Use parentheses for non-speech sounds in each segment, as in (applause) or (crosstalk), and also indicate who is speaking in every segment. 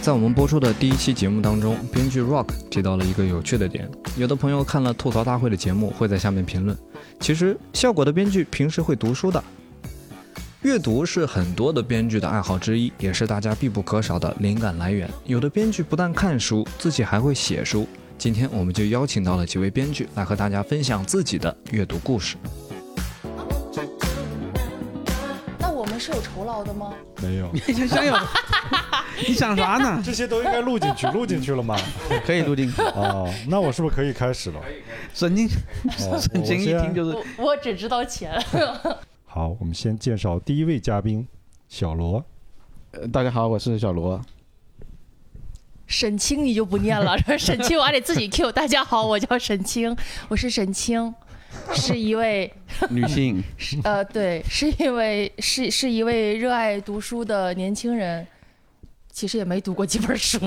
Speaker 1: 在我们播出的第一期节目当中，编剧 Rock 提到了一个有趣的点，有的朋友看了吐槽大会的节目会在下面评论，其实效果的编剧平时会读书的。阅读是很多的编剧的爱好之一，也是大家必不可少的灵感来源。有的编剧不但看书，自己还会写书。今天我们就邀请到了几位编剧来和大家分享自己的阅读故事。
Speaker 2: 那我们是有酬劳的吗？
Speaker 3: 没 (laughs) 有，
Speaker 4: 你想
Speaker 5: (laughs)
Speaker 4: 有，你想啥呢？
Speaker 3: 这些都应该录 (laughs) 进去，录进去了吗？
Speaker 4: 可以录进去。
Speaker 3: 哦，那我是不是可以开始了？
Speaker 4: 沈静，
Speaker 3: (laughs) 哦
Speaker 4: 沈静一听就是
Speaker 2: 我啊我只知道钱。
Speaker 3: 好，我们先介绍第一位嘉宾小罗。
Speaker 5: 呃大家好，我是小罗。
Speaker 2: 沈清你就不念 (laughs) 了，沈清我还得自己 Q。大家好，我叫沈清，我是沈清，是一位
Speaker 5: 女性，
Speaker 2: 呃，对，是一位是是一位热爱读书的年轻人。其实也没读过几本书，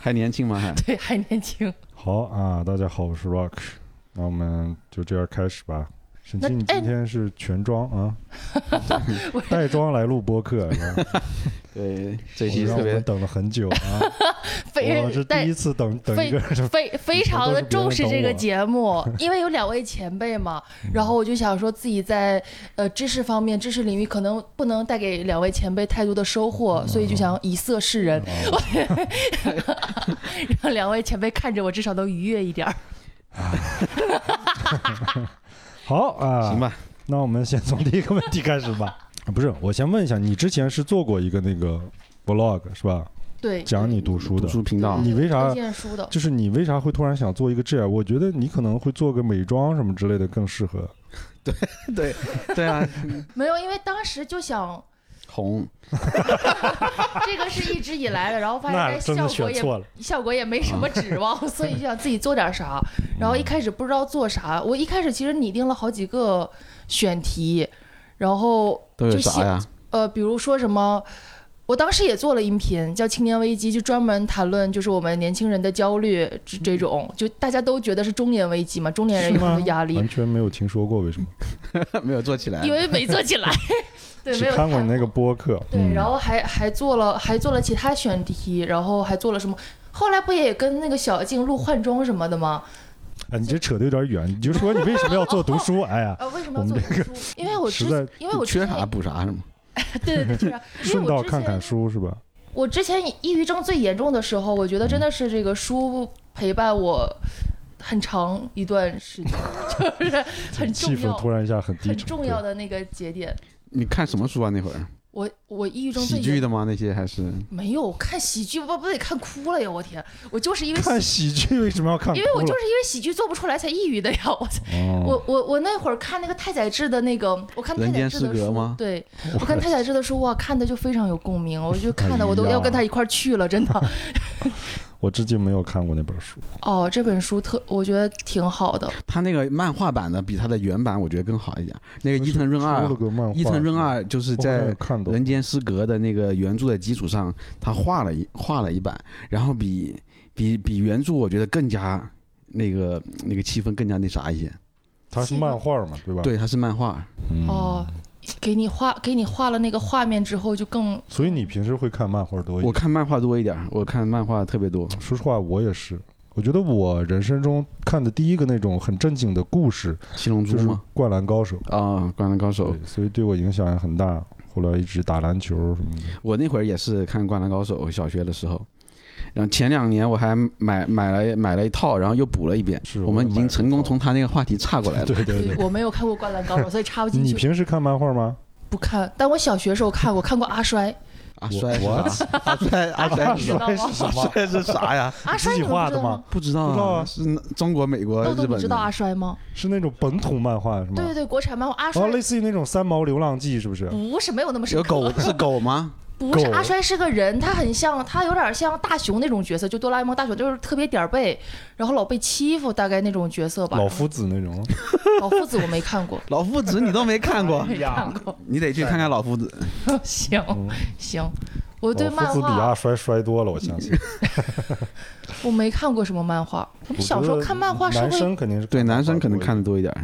Speaker 5: 还年轻吗？还
Speaker 2: 对，还年轻。
Speaker 3: 好啊，大家好，我是 Rock。那我们就这样开始吧。沈
Speaker 2: 那
Speaker 3: 清，你
Speaker 2: 哎
Speaker 3: 今天是全妆啊，
Speaker 5: (laughs)
Speaker 3: 带妆来录播客，是吧
Speaker 5: 对， (laughs) 这
Speaker 3: 我
Speaker 5: 期
Speaker 3: 让
Speaker 5: 特
Speaker 3: 我们
Speaker 5: 别
Speaker 3: 等了很久啊，
Speaker 5: (laughs)
Speaker 3: 我是
Speaker 2: 非
Speaker 3: 第
Speaker 2: 但
Speaker 3: 一次等等一个人。
Speaker 2: 非非常的重视这个
Speaker 3: 你
Speaker 2: 节目， (laughs) 因为有两位前辈嘛，
Speaker 3: 嗯
Speaker 2: 然后我就想说自己在呃知识方面、知识领域可能不能带给两位前辈太多的收获，
Speaker 3: 嗯
Speaker 2: 所以就想以色示人， (laughs) 让两位前辈看着我至少能愉悦一点儿。
Speaker 3: (laughs) 好啊，
Speaker 5: 行，吧？
Speaker 3: 那我们先从第一个问题开始
Speaker 5: (laughs)
Speaker 3: 吧。不是，我先问一下，你之前是做过一个那个 vlog 是吧？
Speaker 2: 对，
Speaker 3: 讲你读书的
Speaker 5: 读，书频道
Speaker 3: 你为啥
Speaker 2: 推荐书的？
Speaker 3: 就是你为啥会突然想做一个这样？我觉得你可能会做个美妆什么之类的更适合。
Speaker 2: (laughs)
Speaker 5: 对对啊，
Speaker 2: 没有，因为当时就想
Speaker 5: 红
Speaker 2: 这个是一直以来的，然后发
Speaker 3: (laughs)
Speaker 2: 现哎效果也
Speaker 3: 了。
Speaker 2: 效果也没什么
Speaker 3: 嗯
Speaker 2: 指望， (laughs) 所以就想自己做点
Speaker 3: (laughs)
Speaker 2: 啥。然后一开始不知道做啥，我一开始其实拟定了好几个选题，然后
Speaker 5: 都有
Speaker 2: 就
Speaker 5: 啥呀？
Speaker 2: 呃，比如说什么，我当时也做了音频，叫《青年危机》，就专门谈论就是我们年轻人的焦虑
Speaker 3: 嗯
Speaker 2: 这这种，就大家都觉得是中年危机嘛，中年人有
Speaker 3: 是
Speaker 2: 很
Speaker 3: 吗
Speaker 2: 多压力
Speaker 3: 完，全没有听说过，为什么？
Speaker 5: 没有做起来
Speaker 2: 因。为没做起来， (laughs)
Speaker 3: (laughs)
Speaker 2: 对，
Speaker 3: 只
Speaker 2: 没有
Speaker 3: 看过
Speaker 2: 谈
Speaker 3: 你那个播客。
Speaker 2: 对，
Speaker 3: 嗯
Speaker 2: 然后还还做了还做了其他选题，然后还做了什么？后来不也跟那个小静录换装什么的吗？
Speaker 3: 哎，你这扯得有点远，你就说你为什么要做
Speaker 2: (laughs)
Speaker 3: 读书？哎呀，
Speaker 2: 呃，为什么要
Speaker 3: 我
Speaker 2: 做
Speaker 3: 们
Speaker 2: 读书？因为我之
Speaker 3: 实在
Speaker 2: 因为我之
Speaker 5: 缺
Speaker 2: 前 (laughs)
Speaker 5: 啥补啥是吗？
Speaker 2: 对对对，就是
Speaker 3: (laughs)
Speaker 2: 因为
Speaker 3: 顺
Speaker 2: 我
Speaker 3: 道
Speaker 2: 之
Speaker 3: 看看
Speaker 2: 前
Speaker 3: 书是吧？
Speaker 2: 我之前抑郁症最严重的时候，我觉得真的是这个书陪伴我很长一段时间， (laughs) 就是
Speaker 3: (laughs)
Speaker 2: 很
Speaker 3: 气
Speaker 2: 重
Speaker 3: 氛突
Speaker 2: 要、
Speaker 3: 然一下很低
Speaker 2: 很
Speaker 3: 沉。
Speaker 2: 重要的那个节点。
Speaker 5: 你看什么书啊？那会儿
Speaker 2: 我我抑郁症最严
Speaker 5: 喜剧的吗？那些还是
Speaker 2: 没有看喜剧，不不得看哭了呀！我天，我就是因为
Speaker 3: 对
Speaker 2: 喜
Speaker 3: 看喜剧为什么要看哭
Speaker 2: 因
Speaker 3: 了？
Speaker 2: 为我就是因为喜剧做不出来才抑郁的呀！我
Speaker 3: 哦
Speaker 2: 我我我那会儿看那个太宰治的那个，我看太
Speaker 5: 人
Speaker 2: 宰
Speaker 5: 间
Speaker 2: 治
Speaker 5: 失
Speaker 2: 的
Speaker 5: 格
Speaker 2: 书，
Speaker 5: 吗
Speaker 2: 对我看太宰治的书，哇，看的就非常有共鸣，我就看
Speaker 3: 哎
Speaker 2: 的我都
Speaker 3: 呀
Speaker 2: 要跟他一块儿去了，真的。
Speaker 3: 我至今没有看过那本书。
Speaker 2: 哦，这本书特，我觉得挺好的。
Speaker 5: 他那个漫画版的比他的原版我觉得更好一点。那个伊藤润
Speaker 3: 出
Speaker 5: 二
Speaker 3: 了，个漫画，
Speaker 5: 伊藤润二就是
Speaker 3: 我没有
Speaker 5: 在
Speaker 3: 看
Speaker 5: 《
Speaker 3: 懂。
Speaker 5: 人间失格》的那个原著的基础上，他画了一画了一版，然后比比比原著我觉得更加那个那个气氛更加那啥一些。
Speaker 3: 它是漫画嘛，对吧？
Speaker 5: 对，它是漫画，
Speaker 3: 嗯
Speaker 2: 哦，给你画给你画了那个画面之后，就更
Speaker 3: 所以你平时会看漫画多一点
Speaker 5: 我？看漫画多一点儿，我看漫画特别多。
Speaker 3: 说实话，我也是。我觉得我人生中看的第一个那种很正经的故事，
Speaker 5: 七龙
Speaker 3: 就
Speaker 5: 珠
Speaker 3: 是《
Speaker 5: 吗？
Speaker 3: 灌篮高手》
Speaker 5: 啊、灌篮高手》
Speaker 3: 对，所以对我影响也很大。后来一直打篮球什么
Speaker 5: (laughs)
Speaker 3: 的。
Speaker 5: 我那会儿也是看《灌篮高手》，小学的时候。然后前两年我还买买了买了一套，然后又补了一遍。
Speaker 3: 是
Speaker 5: 我们已经成功从他那个话题岔过来了。
Speaker 3: 对对
Speaker 2: 对
Speaker 3: 对。
Speaker 2: 我没有看过《灌篮高手》，所以插不进
Speaker 3: 你
Speaker 2: 去。
Speaker 3: 平时看漫画吗？
Speaker 2: 不看，但我小学时候看过，看过阿衰，
Speaker 5: 阿衰是
Speaker 3: 我
Speaker 5: 啥？阿衰阿衰是
Speaker 2: 知
Speaker 5: 啥？
Speaker 2: 道吗？
Speaker 3: 什么？
Speaker 5: 这是啥呀？
Speaker 2: 阿衰你
Speaker 3: 自己
Speaker 2: 们不
Speaker 3: 画
Speaker 2: 知
Speaker 3: 的
Speaker 2: 道
Speaker 3: 吗
Speaker 2: 吗？？
Speaker 5: 不知道
Speaker 3: 不知道啊
Speaker 5: 是中国、美国、
Speaker 2: 豆豆，
Speaker 5: 日
Speaker 2: 你
Speaker 5: 本
Speaker 2: 知道阿啊
Speaker 5: 的。
Speaker 2: 衰吗？
Speaker 3: (laughs) 是那种本土漫画是吗？
Speaker 2: 对对嗯对，国产漫画阿
Speaker 3: 然后
Speaker 2: 衰
Speaker 3: 类似于那种《三毛流浪记》是不是？
Speaker 2: 不是没有那么深
Speaker 5: 有
Speaker 2: 刻，
Speaker 5: 狗是
Speaker 2: (laughs)
Speaker 5: 狗吗？
Speaker 2: 不是
Speaker 3: 狗
Speaker 2: 阿衰是个人，他很像，他有点像大雄那种角色，就哆啦 A 梦大雄就是特别点儿背，然后老被欺负，大概那种角色吧。
Speaker 3: 老夫子那种。
Speaker 2: 老夫哦子我没看
Speaker 5: (laughs)
Speaker 2: 过，
Speaker 5: 老夫子你都没看过，
Speaker 2: 没看过。
Speaker 5: 你得去看看老夫子。
Speaker 2: (laughs) 行
Speaker 3: 嗯
Speaker 2: 行，我对
Speaker 3: 老
Speaker 2: 漫
Speaker 3: 夫子比
Speaker 2: 画
Speaker 3: 阿衰衰多了，我相信。
Speaker 2: 我没看过什么漫画，我们 (laughs) 小时候看漫画是
Speaker 3: 男
Speaker 2: 会，
Speaker 3: 生肯定是
Speaker 5: 对，
Speaker 3: 看漫画
Speaker 5: 男生可能
Speaker 3: 多一点
Speaker 5: 看的多一点儿。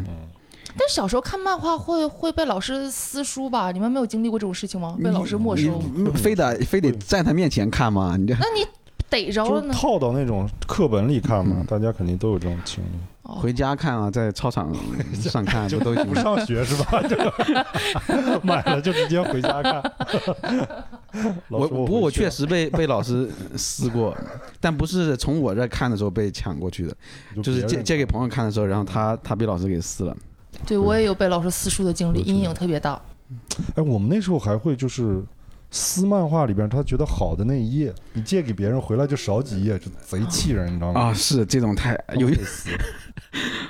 Speaker 2: 但小时候看漫画会会被老师撕书吧？你
Speaker 5: 嗯
Speaker 2: 们没有经历过这种事情吗？被老师没收？
Speaker 5: 你非得非得在他面前看吗？你这
Speaker 2: 那你逮着
Speaker 3: 就
Speaker 2: 了
Speaker 3: 是
Speaker 2: 呢？
Speaker 3: 套到那种课本里看嘛
Speaker 5: 嗯，
Speaker 3: 大家肯定都有这种经历。
Speaker 2: 哦
Speaker 5: 回家看啊，在
Speaker 3: (laughs)
Speaker 5: 操场上看
Speaker 3: 就
Speaker 5: 啊不都行
Speaker 3: 不？上学是吧？就
Speaker 5: (laughs)
Speaker 3: 买了就直接回家看。老
Speaker 5: 我
Speaker 3: 师我
Speaker 5: 不过我
Speaker 3: 回去
Speaker 5: 确
Speaker 3: 了
Speaker 5: 实被被老师撕过，但不是从我这儿看的时候被抢过去的，就是
Speaker 3: 别
Speaker 5: 借
Speaker 3: 人
Speaker 5: 借给朋友看的时候，然后他他被老师给撕了。
Speaker 2: 对我也有被老师撕书的经历，
Speaker 3: 我知道
Speaker 2: 阴影特别大。
Speaker 3: 哎，我们那时候还会就是撕漫画里边他觉得好的那一页，你借给别人回来就少几页，就贼气人，你知道吗？ (laughs)
Speaker 5: 啊，是这种太有意
Speaker 3: 意
Speaker 2: 哦
Speaker 5: 思。
Speaker 3: 思，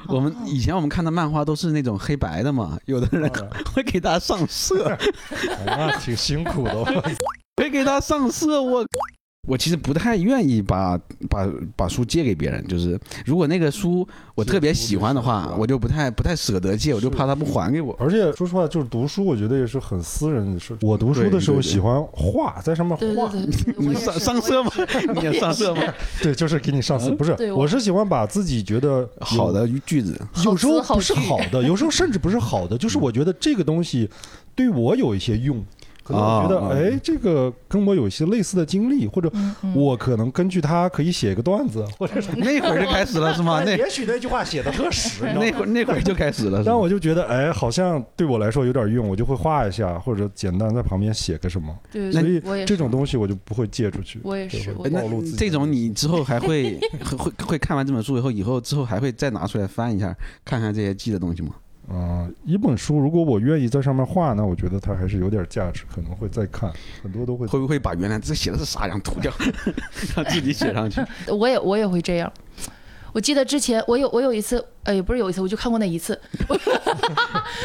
Speaker 5: 我们以前我们看的漫画都是那种黑白的嘛，有的人
Speaker 3: 当然
Speaker 5: 会给他上色，
Speaker 3: 哎那挺辛苦 (laughs) 的。
Speaker 5: 会给他上色。我 (laughs) 我其实不太愿意把把把书借给别人，就是如果那个书我特别喜欢的
Speaker 3: 借书
Speaker 5: 话
Speaker 3: 的，是
Speaker 5: 我就不太不太舍得借，我就是怕他不还给我。
Speaker 3: 而且说实话，就是读书，我觉得也是很私人的事。我读书的时候喜欢画，在上面
Speaker 2: 对
Speaker 3: 画，
Speaker 2: 对对，对我
Speaker 5: 你
Speaker 2: 也是
Speaker 5: 上上色吗？ (laughs) 你也上色吗？
Speaker 3: 对，就是给你上次不是
Speaker 2: 对，我
Speaker 3: 我是喜欢把自己觉得有
Speaker 5: (laughs) 嗯好，的句子，
Speaker 3: 有时候
Speaker 2: 好嗯
Speaker 3: 不是
Speaker 2: 词好
Speaker 3: 好的，有时候甚至不是好的，就是我觉得这个东西对我有一些用，可能我觉
Speaker 5: 啊
Speaker 3: 得
Speaker 5: 啊
Speaker 3: 哎，这个跟我有一些类似的经历，或者
Speaker 2: 嗯嗯
Speaker 3: 我可能根据它可以写个段子，或者是
Speaker 5: (laughs) 那会儿就开始了是吗？那
Speaker 3: 也许那句话写的特
Speaker 2: (laughs)
Speaker 3: 屎，你知道
Speaker 5: (laughs) 那
Speaker 3: 吗？
Speaker 5: 会儿那会儿就开始了。是
Speaker 3: 但
Speaker 5: 吗
Speaker 3: 我就觉得，哎，好像对我来说有点用，我就会画一下，或者简单在旁边写个什么，
Speaker 2: 对
Speaker 3: 所
Speaker 2: 对
Speaker 3: 以
Speaker 2: 对，我也
Speaker 3: 这
Speaker 2: 是
Speaker 3: 种东西我就不会借出去。
Speaker 2: 我也是，
Speaker 3: 对
Speaker 2: 我
Speaker 5: 哎
Speaker 2: 也
Speaker 5: 那
Speaker 3: 暴露自己的
Speaker 5: 这种
Speaker 3: 东
Speaker 5: 你之后还会会会会看完这本书以后，以后之后还会再拿出来翻一下，看看这些记的东西吗？
Speaker 3: 啊、一本书如果我愿意在上面画，那我觉得它还是有点价值，可能会再看，很多都会。
Speaker 5: 会不会把原来这写的是啥样涂掉， (laughs) 让自己写上去？ (laughs)
Speaker 2: 我也我也会这样。我记得之前我有我有一次，呃，也不是有一次，我就看过那一次。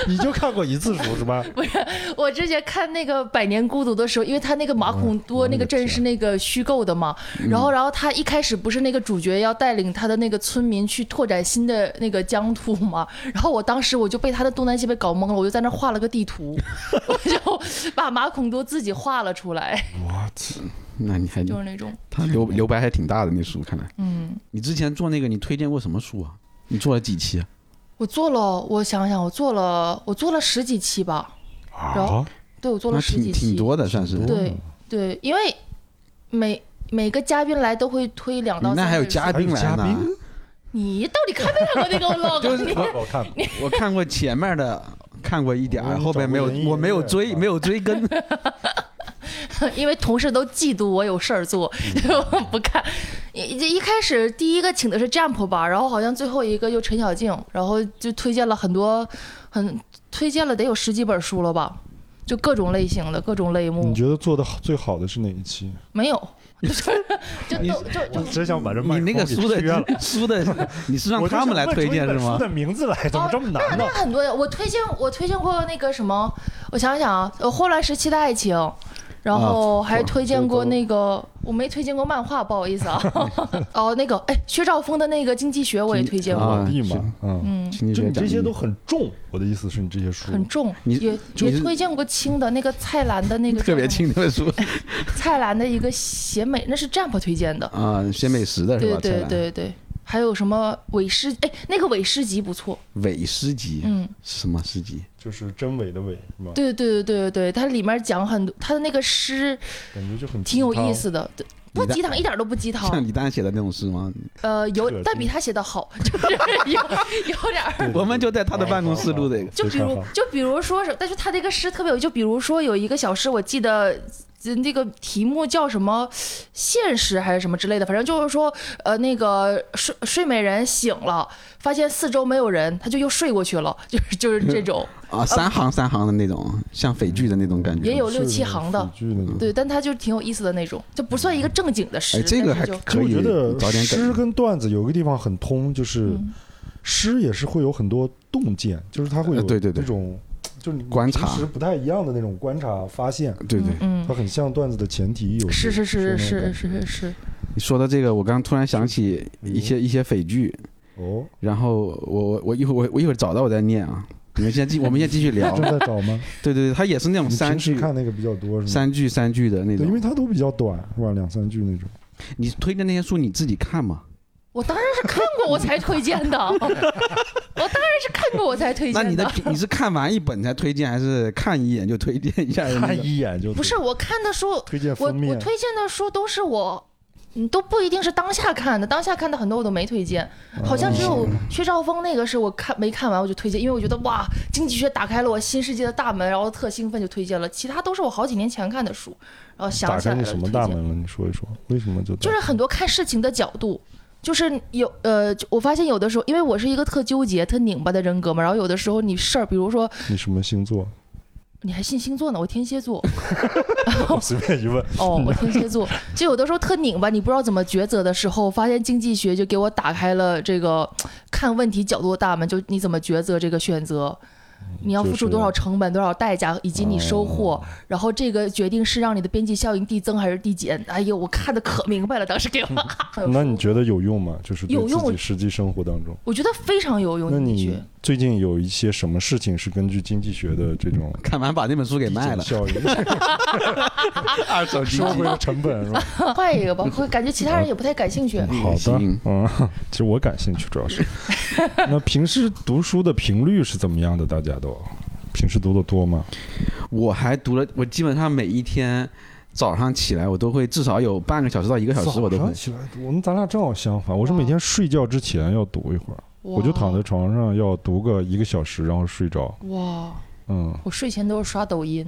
Speaker 3: 你就看过一次书
Speaker 2: (laughs)
Speaker 3: 是吧？
Speaker 2: 我之前看那个《百年孤独》的时候，因为他那个马
Speaker 5: 哦
Speaker 2: 孔多
Speaker 3: 嗯
Speaker 2: 那个阵是那个虚构的嘛，
Speaker 5: 嗯
Speaker 2: 然后然后他一开始不是那个主角要带领他的那个村民去拓展新的那个疆土嘛，然后我当时我就被他的东南西北搞懵了，我就在那儿画了个地图， (laughs) 我就把马孔多自己画了出来，
Speaker 3: 我去，
Speaker 5: 那你还
Speaker 2: 就是那种，
Speaker 5: 他留留白还挺大的，那书看来。
Speaker 2: 嗯，
Speaker 5: 你之前做那个，你推荐过什么书啊？你做了几期啊？
Speaker 2: 我做了，我想想，我做了我做了十几期吧，然后对我做
Speaker 5: 那
Speaker 2: 了十
Speaker 5: 挺
Speaker 2: 几期，
Speaker 5: 挺多的，算是。
Speaker 2: 对对，因为每每个嘉宾来都会推两
Speaker 5: 你
Speaker 2: 到三
Speaker 5: 嗯那还有
Speaker 2: 本书
Speaker 5: 嘉宾来
Speaker 3: 还有嘉
Speaker 5: 呢，
Speaker 3: 宾
Speaker 2: 你到底看没看过那个
Speaker 5: 就
Speaker 2: vlog？
Speaker 5: 是
Speaker 2: 你
Speaker 5: 我
Speaker 3: 我看过，
Speaker 5: (laughs) 我看过前面的，看过一点儿，
Speaker 3: 我
Speaker 5: 后边没有
Speaker 3: 找过人，
Speaker 5: 我没有
Speaker 3: 音乐
Speaker 5: 追，
Speaker 3: 啊
Speaker 5: 没有追跟。
Speaker 2: (laughs) 因为同事都嫉妒我有事儿做， (laughs) 就不看。一一开始第一个请的是 Jump 吧，然后好像最后一个就陈小静，然后就推荐了很多，很推荐了得有十几本书了吧，就各种类型的各种类目
Speaker 3: 你，觉得做的最好的是哪一期？
Speaker 2: 没有， (laughs) 就就都就
Speaker 3: 我真想把这
Speaker 5: 你那个书的
Speaker 3: (laughs)
Speaker 5: 书的，你是让他们来推荐是吗？
Speaker 3: 的名字来
Speaker 2: 怎么这
Speaker 3: 么
Speaker 2: 那
Speaker 3: 难
Speaker 2: 那？很多呀，我推荐我推荐过那个什么，我想想啊，呃，《霍乱时期的爱情》，然
Speaker 5: 啊
Speaker 2: 后还推荐过那个，我没推荐过漫画，不好意思
Speaker 5: (laughs)
Speaker 2: 啊。哦，那个，哎，薛兆丰的那个《经济学》我也推荐过，
Speaker 5: 啊
Speaker 3: 我弟嘛，嗯，
Speaker 2: 嗯，
Speaker 5: 请你
Speaker 3: 就你
Speaker 5: 讲
Speaker 3: 这些
Speaker 5: 一
Speaker 3: 都很重。我的意思是你这些书
Speaker 2: 很重，
Speaker 5: 你
Speaker 2: 也
Speaker 5: 就
Speaker 2: 也
Speaker 5: 是
Speaker 2: 推荐过轻的那个蔡澜的那个
Speaker 5: 特别
Speaker 2: 叫什么，
Speaker 5: 轻
Speaker 2: (laughs)
Speaker 5: 的书
Speaker 2: 蔡澜的一个写美，那是 Jump 推荐的，
Speaker 5: 啊，写美食的是
Speaker 2: 对
Speaker 5: 吧？
Speaker 2: 对
Speaker 5: 蔡澜，
Speaker 2: 对对。还有什么伪诗？哎，那个伪诗集不错，
Speaker 5: 伪诗集
Speaker 2: 嗯，
Speaker 5: 是什么诗集？
Speaker 3: 就是真伪的伪是吧？
Speaker 2: 对对对对对，它里面讲很多，它的那个诗
Speaker 3: 感觉就很
Speaker 2: 挺有
Speaker 3: 鸡汤
Speaker 2: 意。思的，对不
Speaker 5: 你的
Speaker 2: 鸡汤，一点都不鸡汤
Speaker 5: 像。李诞写的那种诗吗？
Speaker 2: 呃，有
Speaker 3: 这，
Speaker 2: 但比他写的好，就是 (laughs) 有有点儿。
Speaker 3: 对对对
Speaker 5: 我们就在他的办公室录这个
Speaker 2: 就比如，就比如说是，但是他这个诗特别有，就比如说有一个小诗，我记得呃那个题目叫什么“现实”还是什么之类的，反正就是说，呃，那个睡睡美人醒了，发现四周没有人，他就又睡过去了，就是就是这种，
Speaker 5: (laughs) 啊，三行三行的那种，像匪剧的那种感觉。
Speaker 2: 也有六七行的，
Speaker 3: 剧的那种。
Speaker 2: 对，但他就挺有意思的那种，就不算一个正经的诗，
Speaker 5: 哎，这个
Speaker 2: 但是
Speaker 5: 还
Speaker 2: 就
Speaker 5: 可以
Speaker 3: 我觉得
Speaker 5: 早点
Speaker 3: 诗
Speaker 5: 梗。
Speaker 3: 跟段子有一个地方很通，就是
Speaker 2: 嗯
Speaker 3: 诗也是会有很多洞见，就是它会有
Speaker 5: 呃对对对
Speaker 3: 那种就是你
Speaker 5: 观察
Speaker 3: 平时不太一样的那种观察发现，
Speaker 5: 对对，
Speaker 2: 嗯，
Speaker 3: 它很像段子的前提有
Speaker 2: 是是是
Speaker 3: 那种
Speaker 2: 是
Speaker 3: 感觉
Speaker 2: 是是是，
Speaker 5: 你说到这个，我刚突然想起一
Speaker 3: 嗯
Speaker 5: 些一些匪剧，
Speaker 3: 哦，
Speaker 5: 然后我我我一会儿我我一会儿找到我再念啊。你们先继，我们先继续聊
Speaker 3: (laughs) 正。在找吗？
Speaker 5: 对对对，它也是那种
Speaker 3: 你
Speaker 5: (laughs) 三
Speaker 3: 平时
Speaker 5: 句
Speaker 3: 看那个比较多是吗？
Speaker 5: 三句三句的那
Speaker 3: 对，因
Speaker 5: 种
Speaker 3: 为。它都比较短是吧？两三句那种。
Speaker 5: 你推荐那些书你自己看吗？
Speaker 2: 我当然是看过我才推荐
Speaker 3: (laughs)
Speaker 2: 的，我当然是看过我才推
Speaker 5: 那
Speaker 2: 荐
Speaker 5: 你的你是看完一本才推荐，还是看一眼就推荐一下？
Speaker 3: (laughs) 一眼就
Speaker 2: 不是我看的书，我
Speaker 3: 推荐
Speaker 2: 我
Speaker 3: 封面，
Speaker 2: 推荐的书都是我嗯都不一定是当下看的，当下看的很多我都没推荐，
Speaker 3: 哦
Speaker 2: 好像只有薛兆丰那个是我看没看完我就推荐，因为我觉得哇，经济学打开了我新世界的大门，然后特兴奋就推荐了，其他都是我好几年前看的书，然后想
Speaker 3: 打
Speaker 2: 起来
Speaker 3: 开
Speaker 2: 了就
Speaker 3: 你
Speaker 2: 推
Speaker 3: 什么
Speaker 2: 荐。
Speaker 3: 大门了？你说一说，为什么就
Speaker 2: 就是很多看事情的角度，就是有呃，就我发现有的时候，因为我是一个特纠结、特拧巴的人格嘛，然后有的时候你事儿，比如说
Speaker 3: 你什么星
Speaker 2: (laughs)
Speaker 3: 座？
Speaker 2: 你还信星座呢，我天蝎座，
Speaker 3: 我随
Speaker 2: (laughs)
Speaker 3: 便一问，
Speaker 2: 哦，我天蝎
Speaker 3: (laughs)
Speaker 2: 座，就有的时候特拧巴，你不知道怎么抉择的时候，发现经济学就给我打开了这个看问题角度的大门，就你怎么抉择这个选择。
Speaker 3: 嗯
Speaker 2: 你要付出多少成本、多少代价，以及你
Speaker 3: 哦
Speaker 2: 收获，然后这个决定是让你的边际效应递增还是递减？哎呦，我看的可明白了，当时
Speaker 3: (laughs)
Speaker 2: 给我。
Speaker 3: 那你觉得有用吗？就是对
Speaker 2: 有用
Speaker 3: 自己实际生活当中，
Speaker 2: 我觉得非常有用。
Speaker 3: 那
Speaker 2: 经济
Speaker 3: 你
Speaker 2: 学
Speaker 3: 最近有一些什么事情是根据经济学的这种
Speaker 5: 看完把那本书给卖了，
Speaker 3: 效应
Speaker 5: 二手经
Speaker 3: 收回了成本是吧？
Speaker 2: 换
Speaker 3: (laughs)
Speaker 2: 一个吧，会感觉其
Speaker 3: 嗯
Speaker 2: 他人也不太感兴趣。
Speaker 3: 好的
Speaker 5: 行，
Speaker 3: 嗯，其实我感兴趣主要是。那平时读书的频率是怎么样的？大家都平时读的多吗？
Speaker 5: 我还读了，我基本上每一天早上起来，我都会至少有半个小时到一个小时，我都
Speaker 3: 早
Speaker 5: 会
Speaker 3: 上。起来读，我们咱俩正好相反。我是每天睡觉之前要读一会儿，
Speaker 2: 我
Speaker 3: 我就躺在床上要读个一个小时，然后睡着。
Speaker 2: 哇，
Speaker 3: 嗯，
Speaker 2: 我睡前都是刷抖音，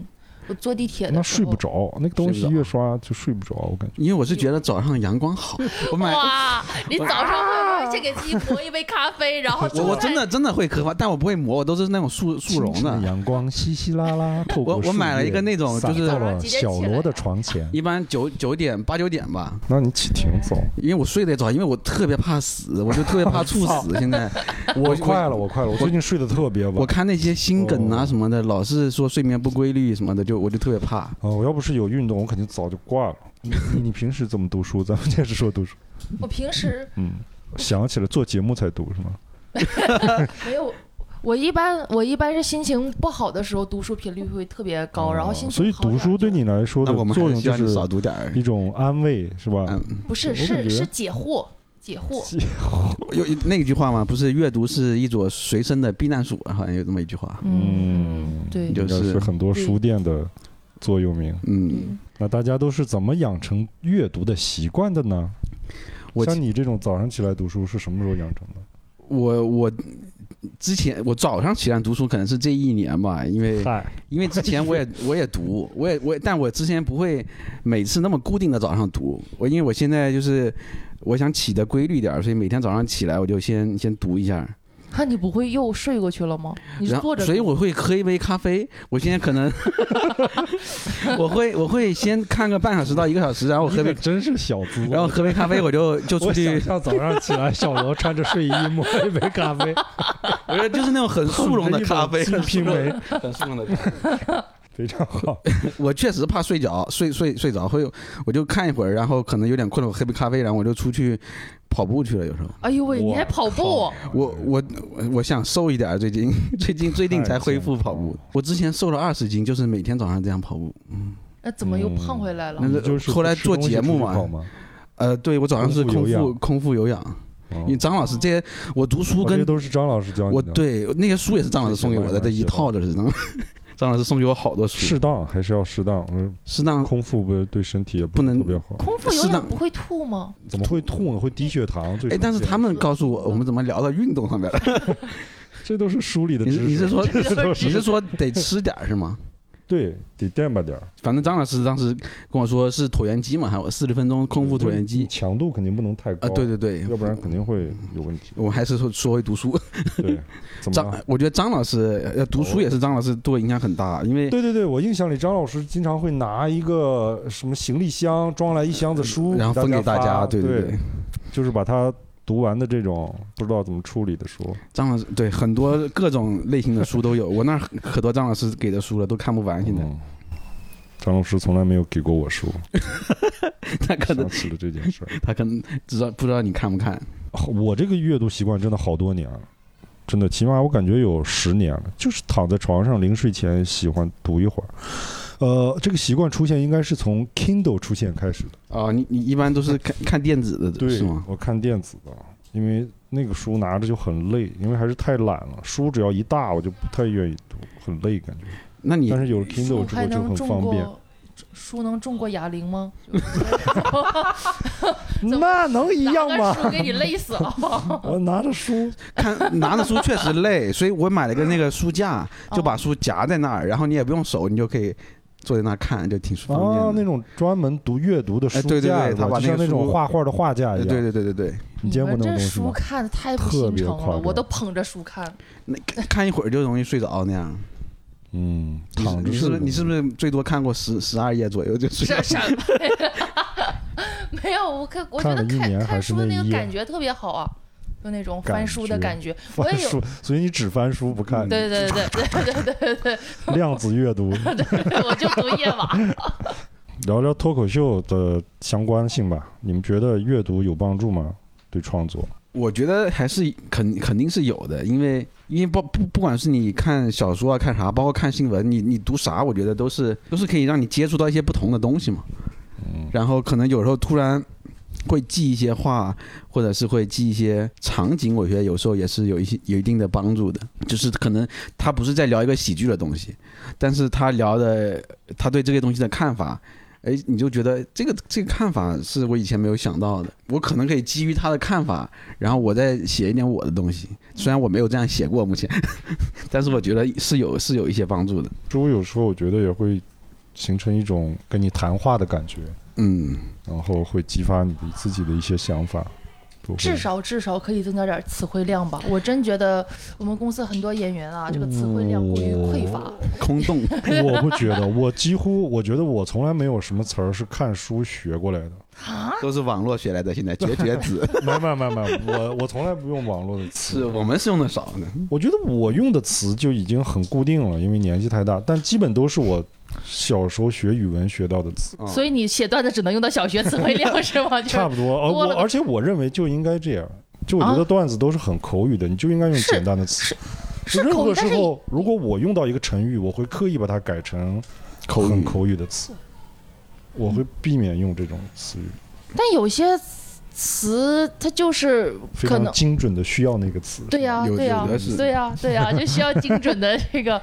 Speaker 2: 我坐地铁
Speaker 3: 那
Speaker 2: 的时
Speaker 3: 睡
Speaker 2: 候
Speaker 3: 不。着，那个东
Speaker 5: 睡
Speaker 3: 西
Speaker 5: 不着
Speaker 3: 越刷就睡不着，我感觉。
Speaker 5: 因为我是觉得早上阳光
Speaker 2: (laughs)
Speaker 5: 好，我买
Speaker 2: 哇！你早上会不会先给自己磨一杯咖啡，然后
Speaker 5: 我我真的真的会磕发，但我不会磨，我都是那种速速溶
Speaker 3: 清晨
Speaker 5: 的。
Speaker 3: 阳光稀稀拉
Speaker 5: (laughs)
Speaker 3: 拉透过
Speaker 5: 我
Speaker 3: 树
Speaker 5: 我买了一个
Speaker 3: 叶
Speaker 5: 那种
Speaker 3: 洒
Speaker 5: 就是
Speaker 3: 到了
Speaker 2: 早上几点
Speaker 3: 小
Speaker 2: 起来
Speaker 3: 罗的床
Speaker 5: (laughs)
Speaker 3: 前。
Speaker 5: 一般九九点八九点吧，
Speaker 3: 那你起挺早，
Speaker 5: 因为我睡得早，因为我特别怕死，我就特别
Speaker 3: (laughs)
Speaker 5: 怕猝死。现在
Speaker 3: 我快了，我快了，我最近睡得特别晚。
Speaker 5: 我看那些心梗啊
Speaker 3: 哦
Speaker 5: 什么的，老是说睡眠不规律什么的，就我就特别怕。
Speaker 3: 啊，我要不是有运动，我肯定早就挂了。你你你平时怎么读书？咱们接着说读书。
Speaker 2: 我平时
Speaker 3: 嗯，想起来做节目才读是吗？
Speaker 2: 没有。我一般我一般是心情不好的时候读书频率会特别高，然后
Speaker 3: 哦
Speaker 2: 心情
Speaker 3: 所以
Speaker 2: 好点
Speaker 3: 读书对你来说
Speaker 5: 嗯那
Speaker 3: 的
Speaker 5: 我们还
Speaker 3: 作
Speaker 5: 是
Speaker 3: 用
Speaker 5: 希
Speaker 3: 就
Speaker 5: 望你少
Speaker 3: 是
Speaker 5: 读点儿
Speaker 3: 一。种安慰，是吧？
Speaker 5: 嗯，
Speaker 2: 不是
Speaker 3: 我感
Speaker 2: 是
Speaker 3: 觉
Speaker 2: 是解惑解惑。
Speaker 5: 有一那句话嘛，不是阅读是一朵随身的避难所，好像有这么一句话。
Speaker 2: 嗯，对，
Speaker 5: 就
Speaker 3: (laughs) 应该
Speaker 5: 是
Speaker 3: 是很多书店的座右铭。
Speaker 5: 嗯，
Speaker 3: 那大家都是怎么养成阅读的习惯的呢？
Speaker 5: 我
Speaker 3: 像你这种早上起来读书是什么时候养成的？
Speaker 5: 我我之前我早上起来读书可能是这一年吧，因为
Speaker 3: 嗨，
Speaker 5: 因为之前我也我也读，我也我也，但我之前不会每次那么固定的早上读，我因为我现在就是我想起的规律点儿，所以每天早上起来我就先先读一下，
Speaker 2: 那你不会又睡过去了吗？你是
Speaker 5: 然
Speaker 2: 坐
Speaker 5: 后
Speaker 2: 着读，
Speaker 5: 所以我会喝一杯咖啡，我现在
Speaker 2: (laughs)
Speaker 5: 可能我会我会先看个半小时到一个小时，然后我喝
Speaker 3: 你可
Speaker 5: 杯。
Speaker 3: 真是小资。
Speaker 5: 然后喝杯咖啡，我就就出
Speaker 6: 我想
Speaker 5: 去，
Speaker 6: 象早上起来，小罗穿着睡衣抹一杯咖啡，
Speaker 5: 我觉得就是那种很 (laughs) 速溶的咖啡，很
Speaker 3: 拼
Speaker 5: 速溶
Speaker 3: 梅
Speaker 5: 很速溶的咖啡
Speaker 3: (laughs) 非常好。
Speaker 5: 我确实怕睡着，睡睡睡着会，我就看一会儿，然后可能有点困了，我喝杯咖啡，然后我就出去跑步去了。有时候
Speaker 2: 哎呦喂，你还跑步
Speaker 3: 我？嗯
Speaker 5: 我我我我想瘦一点儿，啊最 (laughs) 近最近最近才恢复跑步。我之前瘦了二十斤，就是每天早上这样跑步。
Speaker 2: 那怎么
Speaker 3: 嗯
Speaker 2: 又胖回来了
Speaker 5: 那？
Speaker 3: 你就是
Speaker 5: 后来
Speaker 3: 不吃东西
Speaker 5: 做节目
Speaker 3: 出去
Speaker 5: 嘛
Speaker 3: 跑吗？
Speaker 5: 呃，对我早上是
Speaker 3: 空腹
Speaker 5: 空
Speaker 3: 有
Speaker 5: 腹
Speaker 3: 氧
Speaker 5: 空腹有氧，
Speaker 3: 哦
Speaker 5: 因为张老师这些我读书
Speaker 3: 哦这
Speaker 5: 跟
Speaker 3: 些都是张老师教你
Speaker 5: 我
Speaker 3: 的。
Speaker 5: 对那些书也是张老师送给我的，这一套的是张张老师 (laughs) 送给我好多书，
Speaker 3: 适当还是要适当，嗯，
Speaker 5: 适当
Speaker 3: 空腹不是对身体也
Speaker 5: 不能
Speaker 3: 特别好。
Speaker 2: 空腹有
Speaker 5: 适
Speaker 2: 氧
Speaker 5: 当
Speaker 2: 不会吐吗？
Speaker 3: 怎么会吐呢？会低血糖。最
Speaker 5: 哎，但是
Speaker 3: 常见
Speaker 5: 他们告诉我，我们怎么聊到运动上面了？ (laughs)
Speaker 3: 这都是书里的
Speaker 5: 你
Speaker 3: 知
Speaker 5: 是
Speaker 3: 识。
Speaker 5: 你是说
Speaker 3: 这都
Speaker 5: 你是说得吃点儿是吗？
Speaker 3: 对得垫吧点儿？
Speaker 5: 反正张老师当时跟我说是椭圆机嘛，还有四十分钟空腹椭圆机
Speaker 3: 强度肯定不能太高
Speaker 5: 啊，对，对对，。
Speaker 3: 要不然肯定会有问题
Speaker 5: (laughs) 我还是说说回读书。
Speaker 3: 对，怎么
Speaker 5: 张
Speaker 3: 了？，
Speaker 5: 我觉得张老师呃读书也是张老师对我影响很大，因为
Speaker 3: 哦对对对，我印象里张老师经常会拿一个什么行李箱装来一箱子书，
Speaker 5: 呃然后分给大
Speaker 3: 家
Speaker 5: 家，
Speaker 3: 发，
Speaker 5: 对
Speaker 3: 对
Speaker 5: 对，
Speaker 3: 就是把他读完的这种不知道怎么处理的书，
Speaker 5: 张老师对很多各种类型的书都有，我那儿可多张老师给的书了，都看不完。现在
Speaker 3: 嗯张老师从来没有给过我书，
Speaker 5: (laughs) 他可能
Speaker 3: 想起了这件事儿。 (laughs)
Speaker 5: 他可能知道不知道你看不看？
Speaker 3: 我这个阅读习惯真的好多年了，真的，起码我感觉有十年了，就是躺在床上临睡前喜欢读一会儿。呃，这个习惯出现应该是从 Kindle 出现开始的，
Speaker 5: 哦，你你一般都是看看电子的是吗？
Speaker 3: 我看电子的，因为那个书拿着就很累，因为还是太懒了，书只要一大我就不太愿意读，很累感觉。
Speaker 5: 那你
Speaker 3: 但是有了
Speaker 2: 我
Speaker 3: Kindle 之后
Speaker 2: 还
Speaker 3: 就
Speaker 2: 能
Speaker 3: 很
Speaker 2: 中
Speaker 3: 方便，
Speaker 2: 过书能重过哑铃吗？么
Speaker 3: 那能一样
Speaker 2: 拿
Speaker 3: 吗
Speaker 2: 个？书给你累死
Speaker 3: (laughs)
Speaker 2: 了。
Speaker 3: 我拿着
Speaker 5: (laughs)
Speaker 3: 书，
Speaker 5: 看拿着书确实
Speaker 3: (laughs)
Speaker 5: 累，所以我买了个那个书架，
Speaker 3: 啊
Speaker 5: 就把书夹在那儿，然后你也不用手，你就可以坐在那儿看，就挺舒
Speaker 3: 啊，
Speaker 5: 服
Speaker 3: 那
Speaker 5: 的。
Speaker 3: 种专门读阅读的书
Speaker 5: 哎对对
Speaker 3: 架
Speaker 5: 对
Speaker 3: 是
Speaker 5: 他
Speaker 3: 吧
Speaker 5: 把
Speaker 3: 就
Speaker 5: 那
Speaker 3: 像
Speaker 5: 个
Speaker 3: 那种
Speaker 5: 书
Speaker 3: 画画的画架一
Speaker 5: 对
Speaker 3: 样。
Speaker 5: 对对对对，
Speaker 3: 你见过
Speaker 2: 们
Speaker 3: 那种
Speaker 2: 这
Speaker 3: 东西
Speaker 2: 书
Speaker 3: 吗？
Speaker 2: 看的太不
Speaker 3: 特
Speaker 2: 心
Speaker 3: 别
Speaker 2: 诚
Speaker 3: 夸
Speaker 2: 了，
Speaker 3: 张
Speaker 2: 我都捧着书看。 (laughs)
Speaker 5: 那看看一会儿就容易睡着那样。
Speaker 3: 嗯，
Speaker 5: 你是
Speaker 3: 躺着
Speaker 5: 你是不是
Speaker 3: 的
Speaker 5: 你是不是最多看过十十二页左右就睡着
Speaker 2: 是？什么呀？没有，我看我觉得
Speaker 3: 看了一
Speaker 2: 看
Speaker 3: 年还
Speaker 2: 看
Speaker 3: 是
Speaker 2: 书的
Speaker 3: 那
Speaker 2: 那
Speaker 3: 一
Speaker 2: 个
Speaker 3: 页
Speaker 2: 感觉特别好啊，就那种
Speaker 3: 感
Speaker 2: 翻书的
Speaker 3: 觉
Speaker 2: 感觉。我
Speaker 3: (laughs) 翻
Speaker 2: 也有嗯
Speaker 3: 书，所以你只翻书不看
Speaker 2: 对对对对对对对对
Speaker 3: (laughs) 量子阅读。
Speaker 2: 对，我就读夜
Speaker 3: (laughs)
Speaker 2: 网。
Speaker 3: 聊聊脱口秀的相关性吧，你们觉得阅读有帮助吗？对创作？
Speaker 5: 我觉得还是肯肯定是有的，因为因为不不不管是你看小说啊，看啥，包括看新闻，你你读啥，我觉得都是都是可以让你接触到一些不同的东西嘛。然后可能有时候突然会记一些话，或者是会记一些场景，我觉得有时候也是有一些有一定的帮助的。就是可能他不是在聊一个喜剧的东西，但是他聊的他对这个东西的看法。哎，你就觉得这个这个看法是我以前没有想到的，我可能可以基于他的看法，然后我再写一点我的东西。虽然我没有这样写过目前， (laughs) 但是我觉得是有是有一些帮助的。
Speaker 3: 书有时候我觉得也会形成一种跟你谈话的感觉，
Speaker 5: 嗯，
Speaker 3: 然后会激发你自己的一些想法。都会
Speaker 2: 至少至少可以增加点词汇量吧。我真觉得我们公司很多演员啊，这个词汇量过于匮乏。
Speaker 5: 空洞。
Speaker 3: 我不觉
Speaker 2: (laughs)
Speaker 3: 得，我几乎我觉得我从来没有什么词儿是看书学过 (laughs) 来的。
Speaker 5: (laughs) 都是网络学来的，现在绝绝子
Speaker 3: 没没没没，我我从来不用网络的
Speaker 5: (laughs) 是
Speaker 3: 词，
Speaker 5: 我们是用的少的。
Speaker 3: 我觉得我用的词就已经很固定了，因为年纪太大，但基本都是我小时候学语文学到的
Speaker 5: 哦
Speaker 3: 词，
Speaker 2: 所以你写段子只能用到小学词汇量是吗？就是
Speaker 3: 嗯 (laughs) 差不多。而
Speaker 2: 多
Speaker 3: 我
Speaker 2: 了
Speaker 3: 而且我认为就应该这样，就我觉得
Speaker 2: 啊
Speaker 3: 段子都是很口语的，你就应该用
Speaker 2: 是
Speaker 3: 简单的词。
Speaker 2: 是
Speaker 3: 任
Speaker 2: 口
Speaker 3: 何
Speaker 2: 语，但
Speaker 3: 时
Speaker 2: 是
Speaker 3: 候，如果我用到一个成语，我会刻意把它改成
Speaker 5: 口
Speaker 3: 很
Speaker 5: 语
Speaker 3: 口语的词，我会避免用这种词语，
Speaker 2: 但有些词它就是
Speaker 3: 非
Speaker 2: 可
Speaker 3: 常
Speaker 2: 能。
Speaker 3: 精准的需要那个词。
Speaker 2: 对呀、
Speaker 5: 有
Speaker 2: 对呀、
Speaker 5: 有的是
Speaker 2: 对呀、对
Speaker 3: (laughs)
Speaker 2: 呀、就需要精准的这个。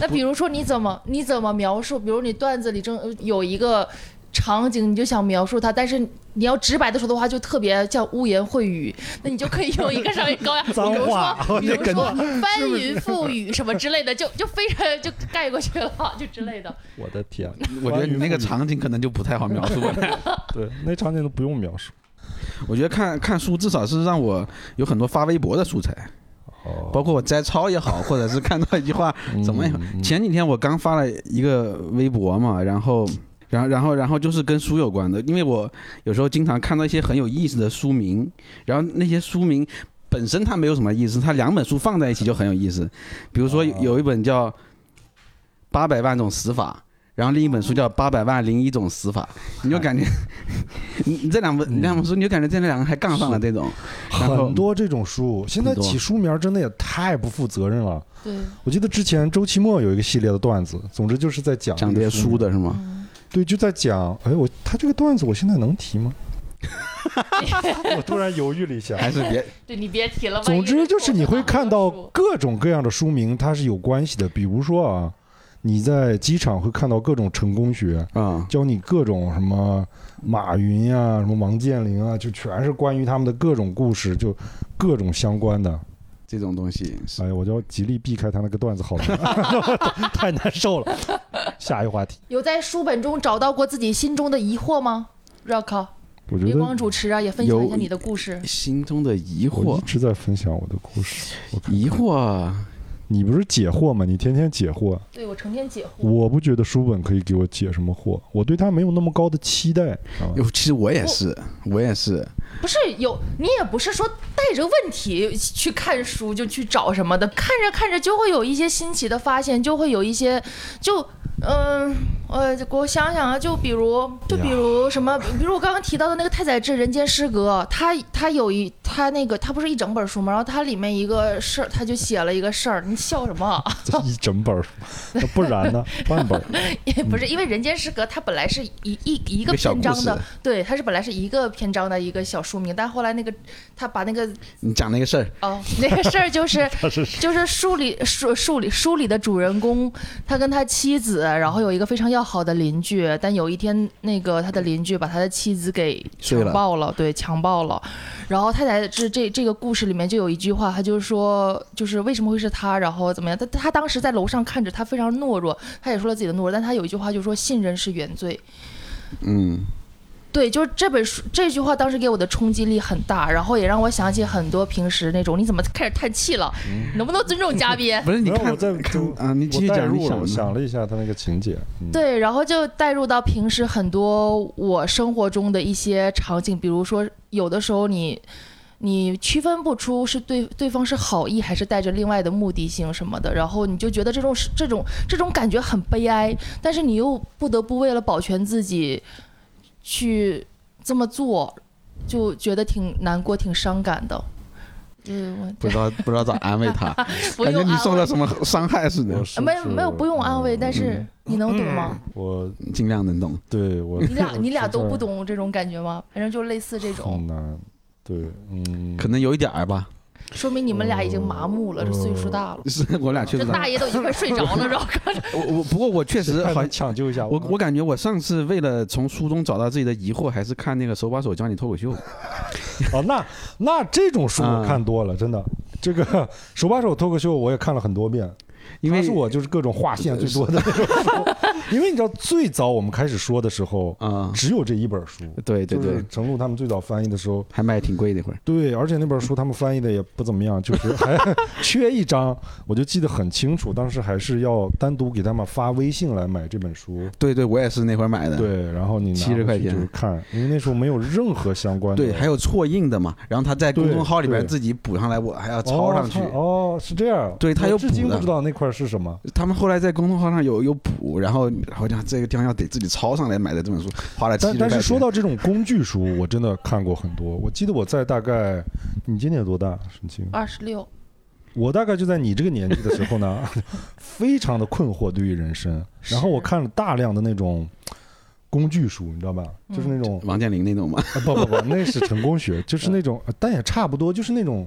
Speaker 2: 那比如说你怎么你怎么描述？比如你段子里正呃有一个场景，你就想描述它，但是你要直白的说的话，就特别像污言秽语。那你就可以用一个稍微高雅，比
Speaker 3: (laughs) 脏
Speaker 2: 如
Speaker 3: 话
Speaker 2: 说比
Speaker 3: 我
Speaker 2: 如
Speaker 3: 就感觉
Speaker 2: 说翻云覆雨什么之类的，就就非常就盖过去了，就之类的。
Speaker 1: 我的
Speaker 3: 啊
Speaker 1: 天，
Speaker 5: 我觉得你那个场景可能就不太好描述了。
Speaker 3: 对，那场景都不用描述。
Speaker 5: (laughs) 我觉得看看书至少是让我有很多发微博的素材，
Speaker 3: 哦嗯
Speaker 5: 包括我摘抄也好，或者是看到一句话怎么样。前几天我刚发了一个微博嘛，然后。然后，然后，然后就是跟书有关的，因为我有时候经常看到一些很有意思的书名，然后那些书名本身它没有什么意思，它两本书放在一起就很有意思。比如说
Speaker 3: 哦
Speaker 5: 有有一本叫《八百万种死法》，然后另一本书
Speaker 3: 哦
Speaker 5: 叫《八百万零一种死法》，你就
Speaker 3: (laughs)
Speaker 5: 感觉你你这两本你两本书，你就感觉这两个还杠上了这种。然后
Speaker 3: 嗯很多这种书，现在
Speaker 5: 很多
Speaker 3: 起书名真的也太不负责任了。
Speaker 2: 对，
Speaker 3: 我记得之前周奇墨有一个系列的段子，总之就是在讲
Speaker 5: 讲
Speaker 3: 这
Speaker 5: 这
Speaker 3: 个
Speaker 5: 些书
Speaker 3: 名，
Speaker 5: 的是吗？
Speaker 3: 对，就在讲。哎，我他这个段子我现在能提吗？我突然犹豫了一下。
Speaker 5: 还是别
Speaker 2: 对你别提了。万一
Speaker 3: 总之就是你会看到
Speaker 2: 口头上的描述
Speaker 3: 各种各样的书名，它是有关系的。比如说啊，你在机场会看到各种成功学，
Speaker 5: 啊？
Speaker 3: 教你各种什么马云呀、什么王健林啊，就全是关于他们的各种故事，就各种相关的。
Speaker 5: 这种东西是
Speaker 3: 哎呀，我就要极力避开他那个段子，好难，太难受了。 (laughs) 下一个话题，
Speaker 2: 有在书本中找到过自己心中的疑惑吗？Rock，
Speaker 3: 我觉
Speaker 2: 别
Speaker 3: 得
Speaker 2: 光主持啊，也分享一下
Speaker 5: 有
Speaker 2: 你的故事。
Speaker 5: 心中的疑
Speaker 3: 我
Speaker 5: 惑
Speaker 3: 一，直在分享我的故事。我看
Speaker 5: 疑惑。
Speaker 3: 你不是解惑吗？你天天解惑，
Speaker 2: 对我成天解惑。
Speaker 3: 我不觉得书本可以给我解什么惑，我对他没有那么高的期待。啊
Speaker 5: 哟，其实我也是，我也是，
Speaker 2: 不是有你也不是说带着问题去看书就去找什么的，看着看着就会有一些新奇的发现，就会有一些就嗯呃，给我想想啊，就比如就比如什么，比如我刚刚提到的那个太宰治《人间失格》，他他有一他那个他不是一整本书吗？然后他里面一个事儿，他就写了一个事儿，你笑什么啊？
Speaker 3: 这一整本儿，那不然
Speaker 5: (laughs)
Speaker 3: 呢？半本儿。
Speaker 2: 也不是，因为《人间失格》它本来是一一一个
Speaker 5: 嗯一个小
Speaker 2: 篇章
Speaker 5: 故事
Speaker 2: 的，对，它是本来是一个篇章的一个小书名，但后来那个他把那个
Speaker 5: 你讲那个事儿，
Speaker 2: 哦那个事儿就是就是书里书书里书里的主人公，他跟他妻子，然后有一个非常要较好的邻居，但有一天那个他的邻居把他的妻子给
Speaker 5: 睡
Speaker 2: 强
Speaker 5: 了
Speaker 2: 暴了，对，强暴了。然后太太这这这个故事里面就有一句话，他就说就是为什么会是他，然后怎么样？他他当时在楼上看着他非常懦弱，他也说了自己的懦弱，但他有一句话就说信任是原罪。
Speaker 5: 嗯，
Speaker 2: 对，就是这本书这句话当时给我的冲击力很大，然后也让我想起很多平时那种你怎么开始叹气了，能不能尊重嘉宾？
Speaker 5: 不是你
Speaker 3: 然后
Speaker 5: 看
Speaker 3: 我在
Speaker 5: 看啊，你继续
Speaker 3: 我代
Speaker 5: 讲，你
Speaker 3: 入了，
Speaker 5: 想
Speaker 3: 我
Speaker 5: 呢
Speaker 3: 想了一下他那个情节，嗯，
Speaker 2: 对，然后就带入到平时很多我生活中的一些场景，比如说有的时候你你区分不出是对对方是好意还是带着另外的目的性什么的，然后你就觉得这种是这种这种感觉很悲哀，但是你又不得不为了保全自己去这么做，就觉得挺难过、挺伤感的。嗯，我
Speaker 5: 不知道不知道咋安慰他，
Speaker 2: (laughs) 不
Speaker 5: 感觉
Speaker 2: 用
Speaker 5: 你
Speaker 2: 安
Speaker 5: 受
Speaker 2: 慰
Speaker 5: 到什么伤害似的
Speaker 3: 我，是
Speaker 2: 呃没有没有不用安慰，但是
Speaker 5: 嗯
Speaker 2: 你能懂吗？
Speaker 3: 我
Speaker 5: 尽量能懂。
Speaker 3: 对我
Speaker 2: (laughs) 你俩你俩都不
Speaker 3: 懂，
Speaker 2: 懂这种感觉吗？反正就类似这
Speaker 3: 好
Speaker 2: 种，
Speaker 3: 难，对，嗯，
Speaker 5: 可能有一点儿吧，
Speaker 2: 说明你们俩已经麻木了，这岁
Speaker 3: 呃
Speaker 2: 数大了，
Speaker 5: 是 (laughs) 我俩确
Speaker 2: 这
Speaker 5: 实
Speaker 2: 大爷都已经快睡着
Speaker 3: (laughs)
Speaker 2: 了，然后看着
Speaker 5: 我我不过我确实
Speaker 3: 还
Speaker 5: 好像
Speaker 3: 能抢救一下
Speaker 5: 我
Speaker 3: 吗
Speaker 5: 我感觉我上次为了从书中找到自己的疑惑，还是看那个手把手教你脱口秀。
Speaker 3: 哦，那那这种书我
Speaker 5: 嗯
Speaker 3: 看多了，真的。这个手把手脱口秀我也看了很多遍，
Speaker 5: 因为
Speaker 3: 它是我就是各种划线最多
Speaker 5: (laughs)
Speaker 3: 的那种书。因为你知道，最早我们开始说的时候，
Speaker 5: 啊、
Speaker 3: 只有这一本书。
Speaker 5: 对对
Speaker 3: 就是
Speaker 5: 对，
Speaker 3: 程璐他们最早翻译的时候，
Speaker 5: 还卖挺贵那会儿。
Speaker 3: 对，而且那本书他们翻译的也不怎么样，就是还 (laughs) 缺一张，我就记得很清楚，当时还是要单独给他们发微信来买这本书。
Speaker 5: 对对，我也是那会儿买的。
Speaker 3: 对，然后你拿
Speaker 5: 70
Speaker 3: 回去
Speaker 5: 块钱
Speaker 3: 就是看，因为那时候没有任何相关的。
Speaker 5: 对还有错印的嘛，然后他在公众号里边自己补上来，我还要抄上去。
Speaker 3: 哦它哦，是这样。
Speaker 5: 对它有
Speaker 3: 我至今
Speaker 5: 补的
Speaker 3: 不知道那块是什么。
Speaker 5: 他们后来在公众号上有有补，然后好像这个地方要得自己抄上来买的这本书，花了七
Speaker 3: 但
Speaker 5: 十
Speaker 3: 但
Speaker 5: 块
Speaker 3: 是
Speaker 5: 钱。
Speaker 3: 说到这种工具书，我真的看过很多。我记得我在大概你今年多大，沈清？
Speaker 2: 二十六，
Speaker 3: 我大概就在你这个年纪的时候呢， (laughs) 非常的困惑对于人生。然后我看了大量的那种工具书，你知道吧？就是
Speaker 2: 嗯
Speaker 3: 那种、
Speaker 5: 王健林那种嘛，
Speaker 3: 啊不不不，那是成功学，就是那种，呃但也差不多，就是那种。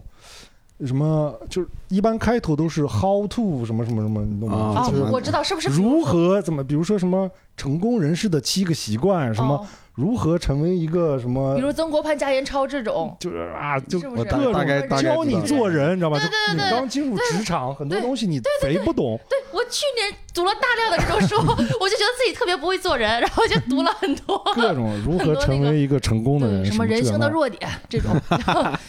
Speaker 3: 什么就是一般开头都是 how to 什么什么什么，你懂吗？
Speaker 5: 啊
Speaker 2: 哦
Speaker 3: 就是
Speaker 5: 怎么，
Speaker 2: 我知道是不是
Speaker 3: 如何怎么，比如说什么成功人士的七个习惯，什么呃
Speaker 2: 哦
Speaker 3: 如何成为一个什么
Speaker 2: 比，如曾国藩、加延超这种，
Speaker 3: 就是啊，就是
Speaker 2: 不
Speaker 5: 我
Speaker 2: 是？
Speaker 5: 大
Speaker 3: 各
Speaker 5: 大
Speaker 3: 种
Speaker 5: 概大概
Speaker 3: 教
Speaker 5: 知
Speaker 3: 你
Speaker 5: 道
Speaker 3: 做人，你知道吧？就
Speaker 2: 对对
Speaker 3: 你
Speaker 2: 对
Speaker 3: 刚进入职场，很多
Speaker 2: 对
Speaker 3: 东西你贼不
Speaker 2: (laughs)
Speaker 3: 懂，
Speaker 2: 对我去年读了大量的这种书， (laughs) 我就觉得自己特别不会做人，然后就读了很多。
Speaker 3: 各种如何
Speaker 2: 很多那
Speaker 3: 成
Speaker 2: 个
Speaker 3: 为一个成功的
Speaker 2: 对，
Speaker 3: 人，
Speaker 2: 什么人
Speaker 3: 这
Speaker 2: 性的
Speaker 3: 那
Speaker 2: 弱点这
Speaker 3: (laughs)
Speaker 2: 种，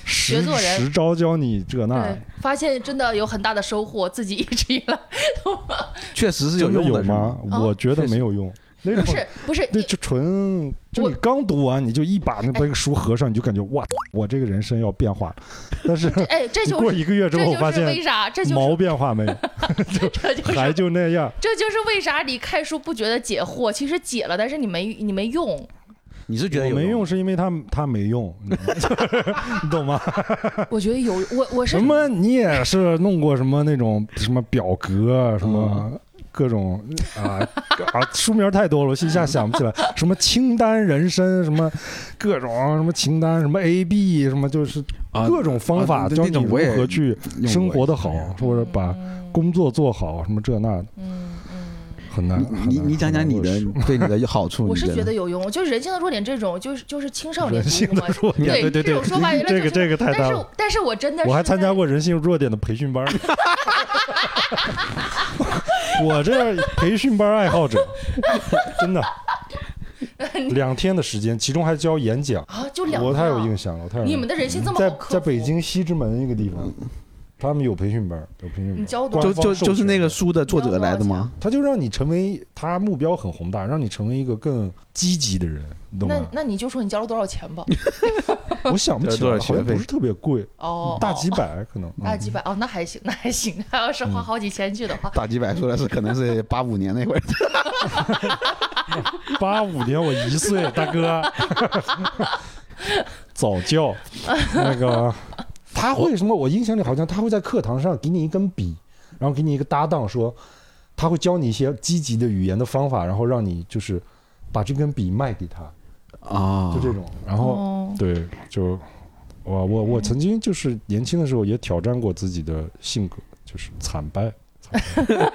Speaker 3: 十
Speaker 2: 学做人
Speaker 3: 十招教你这那
Speaker 2: 对，，发现真的有很大的收获，自己一直以来 (laughs)
Speaker 5: 确实是有
Speaker 3: 真的
Speaker 5: 用的
Speaker 3: 有
Speaker 5: 是吗
Speaker 3: 吗？
Speaker 2: 啊
Speaker 3: 我觉得
Speaker 5: 确实
Speaker 3: 没有用，那
Speaker 2: 不
Speaker 3: 种
Speaker 2: 是不是
Speaker 3: 那就纯，就
Speaker 2: 我哎
Speaker 3: 你刚读完，你就一把那那个书合上，你就感觉哇，我这个人生要变化了。但是
Speaker 2: 哎，这
Speaker 3: 你
Speaker 2: 就
Speaker 3: 过
Speaker 2: 是
Speaker 3: 一个月之
Speaker 2: 这
Speaker 3: 后，发
Speaker 2: 就是
Speaker 3: 现
Speaker 2: 为啥，这就
Speaker 3: 毛
Speaker 2: 是
Speaker 3: 变化没有，
Speaker 2: (laughs) 这
Speaker 3: (laughs)
Speaker 2: 就是
Speaker 3: 还就那样。
Speaker 2: 这就是为啥你看书不觉得解惑，其实解了，但是你没你没用。
Speaker 5: 你是觉得
Speaker 3: 我
Speaker 5: 有
Speaker 3: 没
Speaker 5: 用
Speaker 3: 用是因为他他没用，你懂吗你懂吗？ (laughs)
Speaker 2: 我觉得有，我我是
Speaker 3: 什么你也是弄过什么那种什么表格啊什
Speaker 5: 嗯
Speaker 3: 么。各种啊啊，书名太多了，我一下想不起来。什么清单人生，什么各种什么清单，什么 A B，什么就是
Speaker 5: 啊？
Speaker 3: 各种方
Speaker 5: 啊
Speaker 3: 法
Speaker 5: 那
Speaker 3: 教
Speaker 5: 那
Speaker 3: 你
Speaker 5: 种我也
Speaker 3: 如何去
Speaker 5: 用
Speaker 3: 生
Speaker 5: 过
Speaker 3: 活的好，或者把工作做好，什么这那的，
Speaker 2: 嗯嗯，
Speaker 3: 很难。很
Speaker 5: 你
Speaker 3: 难
Speaker 5: 你讲讲你的
Speaker 3: 很难
Speaker 5: 对你的好处，
Speaker 2: 我
Speaker 5: 你
Speaker 2: 是觉
Speaker 5: 觉
Speaker 2: 得有用。就是人性的弱点这种，就是就是青少年
Speaker 3: 人性
Speaker 2: 读物
Speaker 3: 的
Speaker 2: 嘛。
Speaker 3: 弱点，对
Speaker 2: 这
Speaker 3: 对
Speaker 2: 种，说法原来
Speaker 3: 这个
Speaker 2: 就是
Speaker 3: 这个太
Speaker 2: 但
Speaker 3: 大
Speaker 2: 是
Speaker 3: 了。
Speaker 2: 但是我真的是
Speaker 3: 我还参加
Speaker 2: 在
Speaker 3: 过人性弱点的培
Speaker 2: (laughs)
Speaker 3: 训班儿，我这培训班爱好
Speaker 2: (laughs)
Speaker 3: 者，真的，两天的时间，其中还教演讲，
Speaker 2: 啊，就两
Speaker 3: 我太有
Speaker 2: 趟
Speaker 3: 印象了，我太有
Speaker 2: 你
Speaker 3: 印
Speaker 2: 们的人性这么
Speaker 3: 在
Speaker 2: 好克服
Speaker 3: 在北，京西直门一个地方，他们有培训班儿，有培训班
Speaker 2: 你
Speaker 3: 儿，
Speaker 2: 教多
Speaker 5: 就
Speaker 2: 少？
Speaker 5: 就就是那
Speaker 3: 官方授权的
Speaker 5: 个书的作者来的吗？
Speaker 3: 他就让你成为他目标很宏大，让你成为一个更积极的人，你懂
Speaker 2: 那
Speaker 3: 吗？
Speaker 2: 那你就说你交了多少钱
Speaker 3: (laughs)
Speaker 2: 吧。
Speaker 3: 我想不起
Speaker 5: 多
Speaker 3: 来，
Speaker 5: 少
Speaker 3: 好像
Speaker 5: 学费
Speaker 3: 不是特别贵，
Speaker 2: 哦，
Speaker 3: 大几
Speaker 2: 哦。
Speaker 3: 百嗯可能。嗯
Speaker 2: 大几百哦，那还行，那 (laughs) 还行。要是花好几千去的话，
Speaker 5: 大几百说的是可能是八五年那会儿，
Speaker 3: (laughs) 八五年我一岁，大哥， (laughs) 早教那个 (laughs) 他会什么？我印象里好像他会在课堂上给你一根笔，然后给你一个搭档说，他会教你一些积极的语言的方法，然后让你就是把这根笔卖给他，
Speaker 5: 啊
Speaker 3: 就这种。然后
Speaker 2: 哦，
Speaker 3: 对，就我我我曾经就是年轻的时候也挑战过自己的性格，就是惨败。
Speaker 2: 但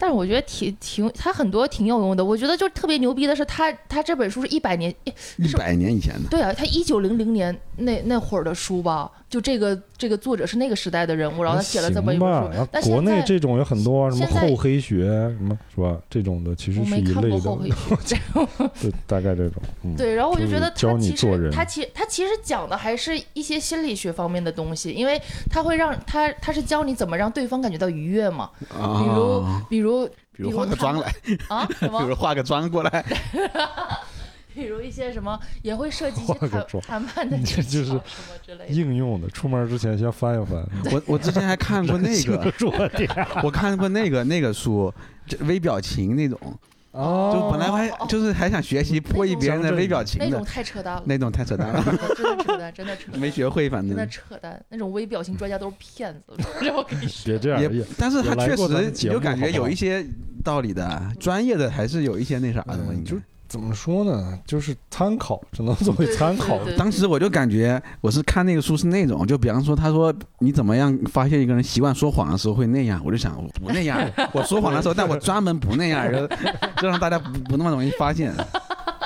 Speaker 2: 但是我觉得挺挺，它很多挺有用的。我觉得就特别牛逼的是它，它这本书是一百年，诶
Speaker 5: 一百年以前的，
Speaker 2: 对啊，它一九零零年那那会儿的书吧，就这个这个作者是那个时代的人物，然后他写了这么一本
Speaker 3: 行
Speaker 2: 书
Speaker 3: 吧，啊
Speaker 2: 但
Speaker 3: 国
Speaker 2: 现
Speaker 3: 内
Speaker 2: 在
Speaker 3: 这种有很多啊，什么
Speaker 2: 现在
Speaker 3: 厚黑学什么是吧？这种的其实
Speaker 2: 我
Speaker 3: 是
Speaker 2: 没
Speaker 3: 一
Speaker 2: 看
Speaker 3: 类
Speaker 2: 过
Speaker 3: 的，
Speaker 2: 后悔 (laughs) 学这样
Speaker 3: 对，大概这种。嗯，
Speaker 2: 对，然后我就觉得
Speaker 3: 就是教
Speaker 2: 他
Speaker 3: 你
Speaker 2: 其
Speaker 3: 做
Speaker 2: 实
Speaker 3: 人
Speaker 2: 他其他其实讲的还是一些心理学方面的东西，因为他会让他他是教你怎么让对方感觉到愉悦嘛，比如
Speaker 5: 啊，
Speaker 2: 比如
Speaker 5: 比如化个妆来，
Speaker 2: 啊什
Speaker 5: 比
Speaker 2: 么，
Speaker 5: 如化个妆过来，
Speaker 2: 比如一些什么也会涉及一
Speaker 3: 化
Speaker 2: 些
Speaker 3: 个
Speaker 2: 谈
Speaker 3: 妆
Speaker 2: 谈判的
Speaker 3: 你
Speaker 2: 技
Speaker 3: 这
Speaker 2: 巧
Speaker 3: 就是
Speaker 2: 什么之类的。
Speaker 3: 应用的，出门之前先翻一 (laughs) 翻。
Speaker 5: 我我之前还看过那
Speaker 3: 这 (laughs)
Speaker 5: 个，
Speaker 3: 弱点
Speaker 5: 我看过那个那个书，这微表情那种，
Speaker 3: 哦
Speaker 5: 就本来我还
Speaker 2: 哦哦
Speaker 5: 就是还想学习破译别人的微表情
Speaker 2: 那
Speaker 5: 的
Speaker 2: 种，太扯淡了，
Speaker 5: 那种太扯淡
Speaker 2: (laughs)
Speaker 5: 了，
Speaker 2: 真的扯淡，真的扯淡，
Speaker 5: 没学会，反
Speaker 2: 真的
Speaker 5: 正
Speaker 2: 扯淡。那种微表情专家都是骗子， (laughs) 这我跟你说。
Speaker 3: 别这样，哎
Speaker 5: 也
Speaker 3: 也，
Speaker 5: 但是他
Speaker 3: 也来
Speaker 5: 确
Speaker 3: 过咱们
Speaker 5: 实
Speaker 3: 节目
Speaker 5: 有感觉有一些道理的，专业的还是有一些那啥的嘛，
Speaker 3: 嗯
Speaker 5: 应该
Speaker 3: 就。怎么说呢？就是参考，只能作为参考。
Speaker 2: 对对对
Speaker 5: 当时我就感觉我是看那个书是那种，就比方说他说你怎么样发现一个人习惯说谎的时候会那样，我就想我不那样，我说谎的时候，但我专门不那样，然后 (laughs) 就让大家不不那么容易发现。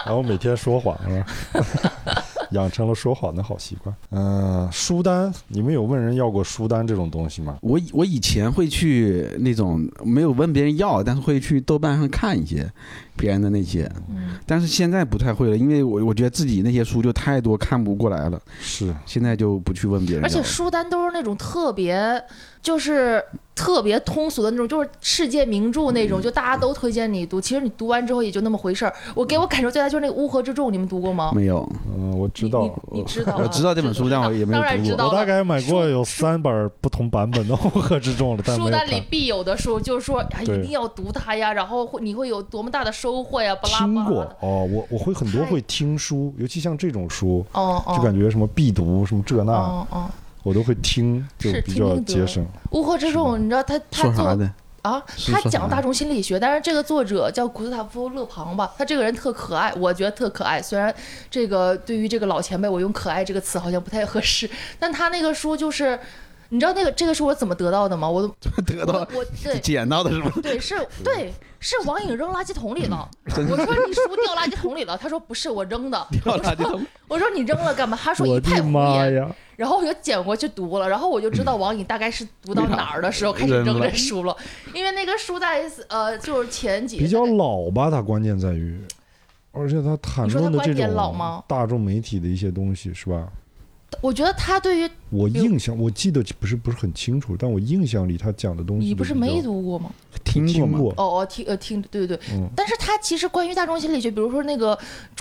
Speaker 3: 然后每天说谎是吧？ (laughs) 养成了说谎的好习惯。嗯、书单，你们有问人要过书单这种东西吗？
Speaker 5: 我以我以前会去那种没有问别人要，但是会去豆瓣上看一些别人的那些，
Speaker 2: 嗯，
Speaker 5: 但是现在不太会了，因为我我觉得自己那些书就太多看不过来了，
Speaker 3: 是，
Speaker 5: 现在就不去问别人
Speaker 2: 而
Speaker 5: 要了。
Speaker 2: 且书单都是那种特别，就是特别通俗的那种，就是世界名著那
Speaker 3: 嗯
Speaker 2: 种，就大家都推荐你读。其实你读完之后也就那么回事儿。我给我感受最大就是那个《乌合之众》，你们读过吗？
Speaker 5: 没有，
Speaker 3: 嗯、我知道。
Speaker 2: 你你你知道啊？
Speaker 5: 我知道这本书，但我也没
Speaker 2: 当
Speaker 5: 有
Speaker 2: 然
Speaker 5: 读
Speaker 2: 知道
Speaker 5: 过。
Speaker 3: 我大概买过
Speaker 2: 书
Speaker 3: 有三本不同版本的《乌合之众》了，但
Speaker 2: 书
Speaker 3: 没有
Speaker 2: 单里
Speaker 3: 看。
Speaker 2: 必有的书，就是说啊，一
Speaker 3: 对
Speaker 2: 定要读它呀，然后会你会有多么大的收获呀，巴拉
Speaker 3: 听
Speaker 2: 巴
Speaker 3: 过
Speaker 2: 拉的。
Speaker 3: 哦，我我会很多会听书，尤其像这种书，
Speaker 2: 哦哦，
Speaker 3: 就感觉啊什么必读什么这那，
Speaker 2: 哦哦，
Speaker 3: 我都会听，就是比
Speaker 2: 听
Speaker 3: 较
Speaker 2: 听得
Speaker 3: 节省。
Speaker 2: 《乌合之众》，你知道他他
Speaker 5: 说啥
Speaker 2: 做
Speaker 5: 的？
Speaker 2: 啊，
Speaker 5: 是
Speaker 2: 他
Speaker 5: 说
Speaker 2: 讲
Speaker 5: 啥
Speaker 2: 大众心理学，但是这个作者叫古斯塔夫·勒庞吧，他这个人特可爱，我觉得特可爱。虽然这个对于这个老前辈，我用“可爱”这个词好像不太合适，但他那个书就是，你知道那个这个是我怎么得到的吗？我
Speaker 5: 得
Speaker 2: 我
Speaker 5: (laughs) 到
Speaker 3: (laughs)
Speaker 2: 我对
Speaker 5: 捡到的是吗？
Speaker 2: 对是，对是网瘾扔垃圾桶里了。
Speaker 3: 嗯 (laughs)
Speaker 5: 真
Speaker 2: 我说你书掉垃圾桶里了，他说不是我扔的。
Speaker 5: 掉垃圾桶。
Speaker 2: 我说你扔了干嘛？他说
Speaker 3: 我
Speaker 2: 一派
Speaker 3: 的
Speaker 2: 胡
Speaker 3: 妈
Speaker 2: 言。
Speaker 3: 呀！
Speaker 2: 然后我就捡过去读了，然后我就知道网瘾大概是读到哪儿的时候开始
Speaker 5: 扔
Speaker 2: 扔
Speaker 5: 了
Speaker 2: 这书了，因为那个书在呃就是前几呃
Speaker 3: 比较老吧，它关键在于，而且它谈
Speaker 2: 你
Speaker 3: 论的这
Speaker 2: 说它观点老吗
Speaker 3: 种大众媒体的一些东西是吧？
Speaker 2: 我觉得他对于
Speaker 3: 我印象我记得不是不是很清楚，但我印象里他讲的东西
Speaker 2: 你不是
Speaker 3: 都比较
Speaker 2: 没读过吗？
Speaker 5: 听过
Speaker 3: 听
Speaker 5: 吗？
Speaker 3: 过，
Speaker 2: 哦哦，听呃听，对对对。
Speaker 3: 嗯
Speaker 2: 但是他其实关于大众心理学，比如说那个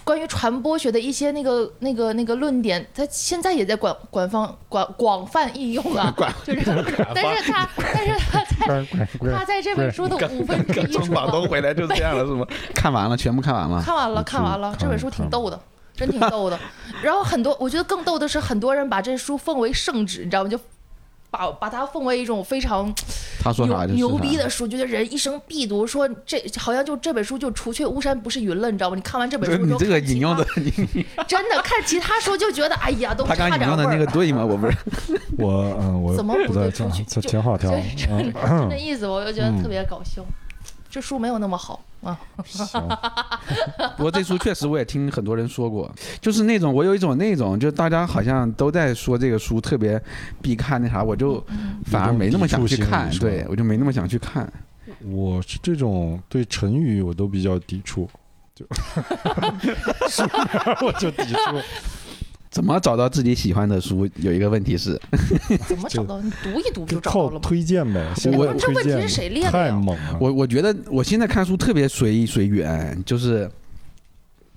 Speaker 2: 关于传播学的一些那个那个那个论点，他现在也在广广泛广广泛应用啊，就是，但是他但是他在他在这本书的五分之一
Speaker 5: 从
Speaker 2: 处
Speaker 5: 广东回来就这样
Speaker 2: (laughs)
Speaker 5: 了是吗？看完了，全部看完了。
Speaker 2: 看完了，看完了，这本书挺逗的。真挺逗
Speaker 5: (laughs)
Speaker 2: 的，然后很多，我觉得更逗的是，很多人把这书奉为圣旨，你知道吗？就把把它奉为一种非常
Speaker 5: 他说啥
Speaker 2: 牛
Speaker 5: 就是啊
Speaker 2: 牛逼
Speaker 5: 啥
Speaker 2: 的书，觉得人一生必读。说这好像就这本书就除却巫山不是云了，你知道吗？你看完这本
Speaker 5: 这
Speaker 2: 书之
Speaker 5: (laughs) 你
Speaker 2: 后，
Speaker 5: 这个
Speaker 2: 看其
Speaker 5: 引用的
Speaker 2: 他，
Speaker 5: 你
Speaker 2: (laughs) 真的看其他书就觉得，哎呀，都
Speaker 5: 他
Speaker 2: 差
Speaker 5: 刚引
Speaker 2: 点
Speaker 5: 用的
Speaker 2: 味
Speaker 5: 那个
Speaker 2: 儿。
Speaker 5: 对吗？我不是，
Speaker 3: 我嗯我
Speaker 2: 怎么不
Speaker 3: 在
Speaker 2: 对
Speaker 3: 这
Speaker 2: 出去
Speaker 3: 这
Speaker 2: 就
Speaker 3: 前好条
Speaker 2: 就，是
Speaker 3: 嗯，
Speaker 2: 就那意思，我就觉得特别搞笑。这书没有那么好
Speaker 5: 嗯
Speaker 2: 啊，
Speaker 3: 行，
Speaker 5: 不过这书确实我也听很多人说过，就是那种我有一种那种，就大家好像都在说这个书特别必看那啥，我就反而没那么想去看
Speaker 3: 有，种抵触心理
Speaker 5: 对
Speaker 3: 是吧
Speaker 5: 我就没那么想去看。
Speaker 3: 我是这种对成语我都比较抵触，就 (laughs) 书名我就抵触。
Speaker 5: 怎么找到自己喜欢的书？有一个问题是，
Speaker 2: 怎么
Speaker 5: (laughs)
Speaker 2: 找到？你读一读不就找到
Speaker 3: 靠
Speaker 2: 了吗？
Speaker 3: 推荐呗，现在
Speaker 5: 我
Speaker 3: 有
Speaker 2: 这
Speaker 3: 推
Speaker 2: 问题
Speaker 3: 荐
Speaker 2: 是谁列的
Speaker 3: 太
Speaker 2: 呀
Speaker 3: 猛了，
Speaker 5: 我我觉得我现在看书特别随意随缘，就是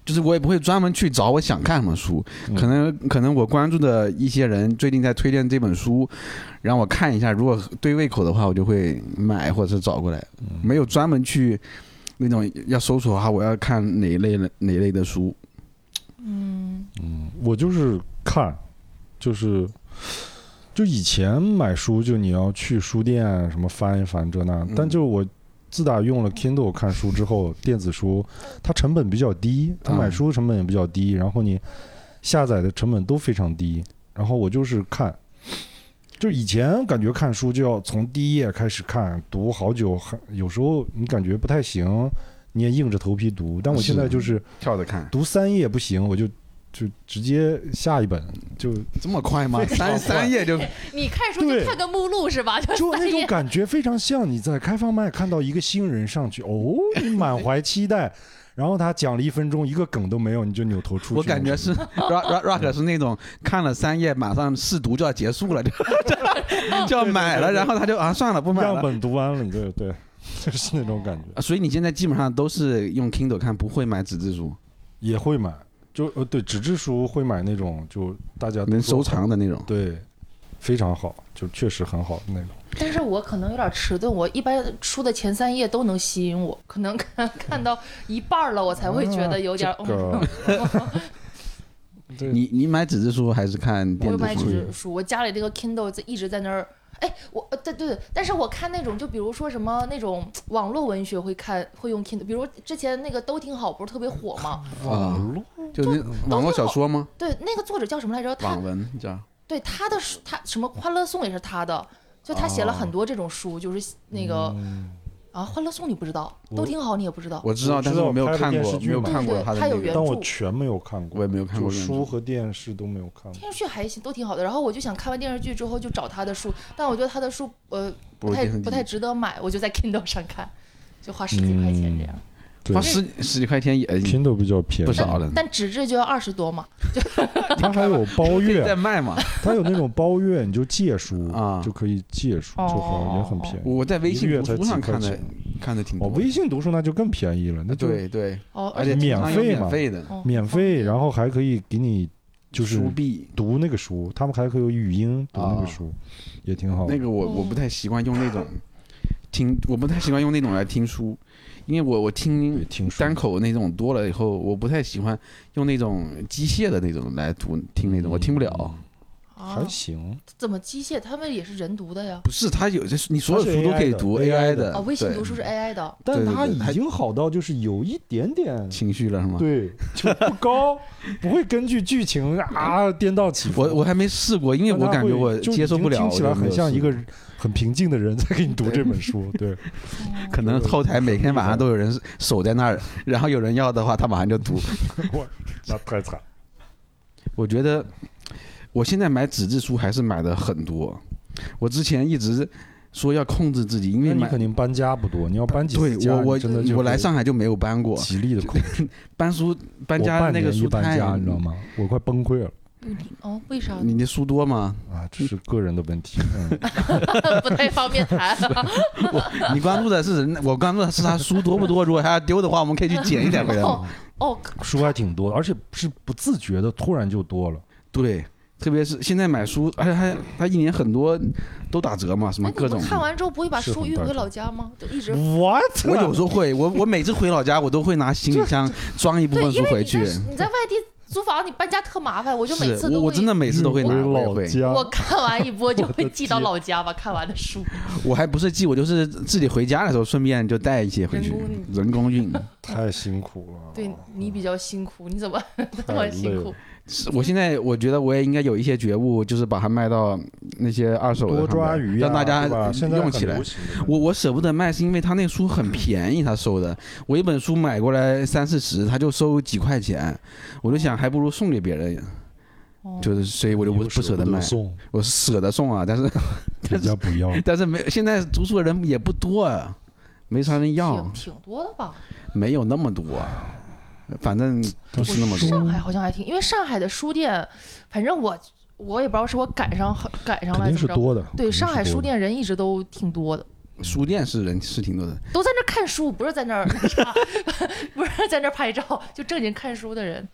Speaker 5: 就是我也不会专门去找我想看什么书，
Speaker 3: 嗯
Speaker 5: 可能可能我关注的一些人最近在推荐这本书，让我看一下，如果对胃口的话，我就会买或者是找过来，没有专门去那种要搜索啊，我要看哪一类的哪一类的书。
Speaker 2: 嗯，
Speaker 3: 我就是看，就是就以前买书，就你要去书店什么翻一翻这那，但就是我。自打用了 Kindle 看书之后，电子书它成本比较低，它买
Speaker 5: 嗯
Speaker 3: 书成本也比较低，然后你下载的成本都非常低，然后我就是看，就以前感觉看书就要从第一页开始看，读好久，很有时候你感觉不太行，你也硬着头皮读。但我现在就是
Speaker 5: 跳着看，
Speaker 3: 读三页不行，我就就直接下一本，就
Speaker 2: (laughs)
Speaker 5: 这么快 (laughs) 吗？
Speaker 3: 常快
Speaker 5: 三三页就
Speaker 2: 你看书就
Speaker 3: 对
Speaker 2: 看个目录是吧？就
Speaker 3: 就那
Speaker 2: 三
Speaker 3: 种
Speaker 2: 页。
Speaker 3: 感觉非常像你在开放麦看到一个新人上去，哦，你满怀期待，
Speaker 2: (laughs)
Speaker 3: 然后他讲了一分钟，一个梗都没有，你就扭头出去。
Speaker 5: 我感觉是 rock rock rock 是那种看了三页，马上试读就要结束
Speaker 3: (laughs)
Speaker 5: 了，就就要买了，然后他就啊算了不买
Speaker 3: 样
Speaker 5: 了。
Speaker 3: 本读完了，你对 (laughs) 对，就是那种感觉。
Speaker 5: 啊所以你现在基本上都是用 Kindle 看，不会买纸质书，
Speaker 3: 也会买，就呃对，纸质书会买那种就大家都
Speaker 5: 能
Speaker 3: 说
Speaker 5: 收藏的那种。
Speaker 3: 对，非常好，就确实很好的那种。
Speaker 2: 但是我可能有点迟钝，我一般书的前三页都能吸引我，可能看 (laughs) 看到一半儿了，我才会觉得有点儿。
Speaker 3: 啊这
Speaker 2: 嗯
Speaker 3: 个对
Speaker 5: 你你买纸质书还是看
Speaker 2: 我
Speaker 5: 电
Speaker 2: 有
Speaker 5: 子
Speaker 2: 买
Speaker 5: 书
Speaker 2: 纸？质书，我家里这个 Kindle 在一直在那儿。哎，我呃对对对，但是我看那种，就比如说什么那种网络文学会看，会用 Kindle，比如之前那个都挺好，不是特别火吗？
Speaker 3: 嗯
Speaker 5: 啊，就是网络小说吗？
Speaker 2: 对，那个作者叫什么来着？他
Speaker 5: 网文，你知道？
Speaker 2: 对他的书，他什么《欢乐颂》也是他的，就他写了
Speaker 5: 哦
Speaker 2: 很多这种书，就是那个、啊，《欢乐颂》你不知道，都挺好，你也不知道。
Speaker 5: 嗯我知道，
Speaker 3: 我知
Speaker 5: 但
Speaker 3: 道
Speaker 5: 是我没有
Speaker 3: 拍的
Speaker 5: 看
Speaker 3: 电
Speaker 5: 过，
Speaker 3: 视剧
Speaker 5: 没有
Speaker 3: 嘛
Speaker 5: 看过
Speaker 2: 对
Speaker 5: 他的
Speaker 2: 它
Speaker 5: 那
Speaker 2: 有
Speaker 5: 个
Speaker 2: 原
Speaker 3: 但我
Speaker 2: 著
Speaker 3: 全没有看过，
Speaker 5: 我也没有看过
Speaker 3: 就
Speaker 5: 原
Speaker 3: 书
Speaker 5: 著
Speaker 3: 和电视都没有看过。
Speaker 2: 电视剧还行，都挺好的。然后我就想看完电视剧之后就找他的书，但我觉得他的书呃
Speaker 5: 不
Speaker 2: 不
Speaker 5: 是
Speaker 2: 太
Speaker 5: 电视剧
Speaker 2: 不太值得买，我就在 Kindle 上看，就花十几块钱这样。
Speaker 3: 对
Speaker 5: 花十哦十几块钱呃也
Speaker 3: Kindle 比较便宜，
Speaker 5: 不少嗯了，
Speaker 2: 但纸质就要二十多嘛，
Speaker 3: 它还有包
Speaker 5: 可以再
Speaker 3: 月，
Speaker 5: 卖嘛？
Speaker 3: 它有那种包月，你就借书
Speaker 5: 啊
Speaker 3: 就可以借书，就好也很便宜。
Speaker 5: 我在微信
Speaker 3: 一个月
Speaker 5: 读
Speaker 3: 才
Speaker 5: 书上
Speaker 3: 几块
Speaker 5: 看的
Speaker 3: 钱，
Speaker 5: 看的挺
Speaker 3: 哦，
Speaker 5: 多的。
Speaker 3: 微信读书那就更便宜了，那就
Speaker 5: 对对，
Speaker 2: 哦，
Speaker 5: 而且
Speaker 3: 免
Speaker 5: 经常有
Speaker 3: 费
Speaker 5: 免
Speaker 3: 嘛
Speaker 5: 费的，
Speaker 2: 哦
Speaker 3: 免费，然后还可以给你就是
Speaker 5: 书币。
Speaker 3: 读那个书，他们还可以有语音读那个书，也挺好的。
Speaker 5: 那个我我不太习惯用
Speaker 3: (laughs)
Speaker 5: 那种听，我不太习惯用那种来听书，因为我我听
Speaker 3: 听书
Speaker 5: 单口那种多了以后，我不太喜欢用那种机械的那种来读听那种，我听不了。
Speaker 3: 嗯
Speaker 2: 啊
Speaker 3: 还，行，
Speaker 2: 怎么机械？他们也是人读的呀。
Speaker 5: 不是，它有这你所有书都可以读
Speaker 3: 它是 AI 的
Speaker 5: AI 的
Speaker 2: 啊，微信
Speaker 5: 呃对
Speaker 2: 读书是 AI 的，
Speaker 3: 但
Speaker 5: 对对
Speaker 3: 它
Speaker 5: 对
Speaker 3: 已
Speaker 5: 还
Speaker 3: 经好到就是有一点点，
Speaker 5: 情绪了是吗？
Speaker 3: 对，就不高，不会根据剧情啊颠倒起伏。
Speaker 5: 我我还没试过，因为
Speaker 3: 但它
Speaker 5: 我感觉
Speaker 3: 会
Speaker 5: 我
Speaker 3: 就
Speaker 5: 接
Speaker 3: 已
Speaker 5: 受
Speaker 3: 经
Speaker 5: 不了。
Speaker 3: 听起来
Speaker 5: 我就没
Speaker 3: 很
Speaker 5: 有
Speaker 3: 像
Speaker 5: 试
Speaker 3: 一个
Speaker 5: 过，
Speaker 3: 很平静的人在给你读这本书，
Speaker 5: (laughs)
Speaker 3: 对，
Speaker 5: 可能后台每天晚上都有人守在那儿，然后有人要的话，他马上就读。
Speaker 3: 那太惨。
Speaker 5: 我觉得我现在买纸质书还是买的很多。我之前一直说要控制自己，因
Speaker 3: 那
Speaker 5: 为
Speaker 3: 你
Speaker 5: 买
Speaker 3: 肯定搬家不多，你要搬几
Speaker 5: 对
Speaker 3: 次家
Speaker 5: 我我
Speaker 3: 真的就
Speaker 5: 我来
Speaker 3: 会
Speaker 5: 上海就没有搬过，
Speaker 3: 极力的苦，
Speaker 5: 搬书搬
Speaker 3: 我
Speaker 5: 家
Speaker 3: 半
Speaker 5: 那个
Speaker 3: 年一
Speaker 5: 书
Speaker 3: 搬
Speaker 5: 太
Speaker 3: 家，你知道？吗？我快崩溃了
Speaker 2: 哦，为啥呢？
Speaker 5: 你的书多吗？
Speaker 3: 啊！这是个人的问题， (laughs) 嗯
Speaker 2: (laughs) 不太方便
Speaker 5: (laughs)
Speaker 2: 谈。
Speaker 5: 你关注的是人，我关注的是他书多不多。如果他要丢的话，我们可以去捡一点回来嘛。
Speaker 2: 哦哦，可
Speaker 3: 书还挺多的，而且是不自觉的，突然就多了。
Speaker 5: 对，特别是现在买书，而且他他一年很多都打折嘛，什么
Speaker 2: 哎，
Speaker 5: 各
Speaker 2: 你
Speaker 5: 种
Speaker 2: 们。看完之后不会把
Speaker 3: 是
Speaker 2: 书
Speaker 3: 很
Speaker 2: 运
Speaker 3: 大
Speaker 2: 回
Speaker 3: 众
Speaker 2: 老家吗？就一直
Speaker 3: What？
Speaker 5: 我有时候会，我我每次回老家，我都会拿行李箱装一部
Speaker 2: 对，
Speaker 5: 分
Speaker 2: 因
Speaker 5: 书
Speaker 2: 为
Speaker 5: 回
Speaker 2: 你在
Speaker 5: 去。
Speaker 2: 你在外地租房，你搬家特麻烦，我就每
Speaker 5: 是
Speaker 2: 次
Speaker 5: 我
Speaker 2: 都
Speaker 5: 我
Speaker 2: 会
Speaker 5: 真。的每次都会拿
Speaker 3: 回
Speaker 5: 我
Speaker 3: 嗯老
Speaker 5: 也会
Speaker 3: 家，
Speaker 2: 我看完一
Speaker 5: (laughs)
Speaker 2: 波就会
Speaker 3: 的
Speaker 2: 寄到
Speaker 3: 天
Speaker 2: 老家吧，看完的书。
Speaker 5: 我还不是寄，我就是自己回家的时候顺便就带一些回去
Speaker 2: 人工运，
Speaker 5: 人
Speaker 3: (laughs)
Speaker 5: 工运。
Speaker 3: 太辛苦了。
Speaker 2: 对你比较辛苦，你怎么 (laughs) 这
Speaker 3: 太
Speaker 2: 么
Speaker 3: 累
Speaker 2: 辛苦
Speaker 3: 了？
Speaker 5: 是我现在我觉得我也应该有一些觉悟，就是把它卖到那些二手
Speaker 3: 多
Speaker 5: 的上面
Speaker 3: 抓鱼呀，
Speaker 5: 让大家
Speaker 3: 对吧现在
Speaker 5: 用起
Speaker 3: 很
Speaker 5: 来
Speaker 3: 流。行的
Speaker 5: 我我舍不得卖，是因为他那书很便宜，他收的。我一本书买过来三四十，他就收几块钱，我就想还不如送给别人，
Speaker 2: 哦
Speaker 5: 就是所以我就不
Speaker 3: 又
Speaker 5: 不舍得
Speaker 3: 不
Speaker 5: 卖， (laughs)
Speaker 3: 送，
Speaker 5: 我是舍得送啊，但是 (laughs)
Speaker 3: 人家不要。
Speaker 5: 但是没有现在读书的人也不多，啊，没啥人要啊
Speaker 2: 挺，挺多的吧？
Speaker 5: 没有那么多，反正不
Speaker 2: 我
Speaker 5: 是那么多。
Speaker 2: 上海好像还挺，因为上海的书店，反正我我也不知道是我赶上很赶上
Speaker 3: 肯
Speaker 2: 了
Speaker 3: 定
Speaker 2: 怎
Speaker 3: 是
Speaker 2: 么着。
Speaker 3: 多的，肯
Speaker 2: 对，
Speaker 3: 定是
Speaker 2: 上海
Speaker 3: 多
Speaker 2: 书
Speaker 3: 的
Speaker 2: 店人一直都挺多的，
Speaker 5: 书店是人是挺多的，
Speaker 2: 都在那儿看书，不是在那儿 (laughs) 不是在那儿拍照，就正经看书的人。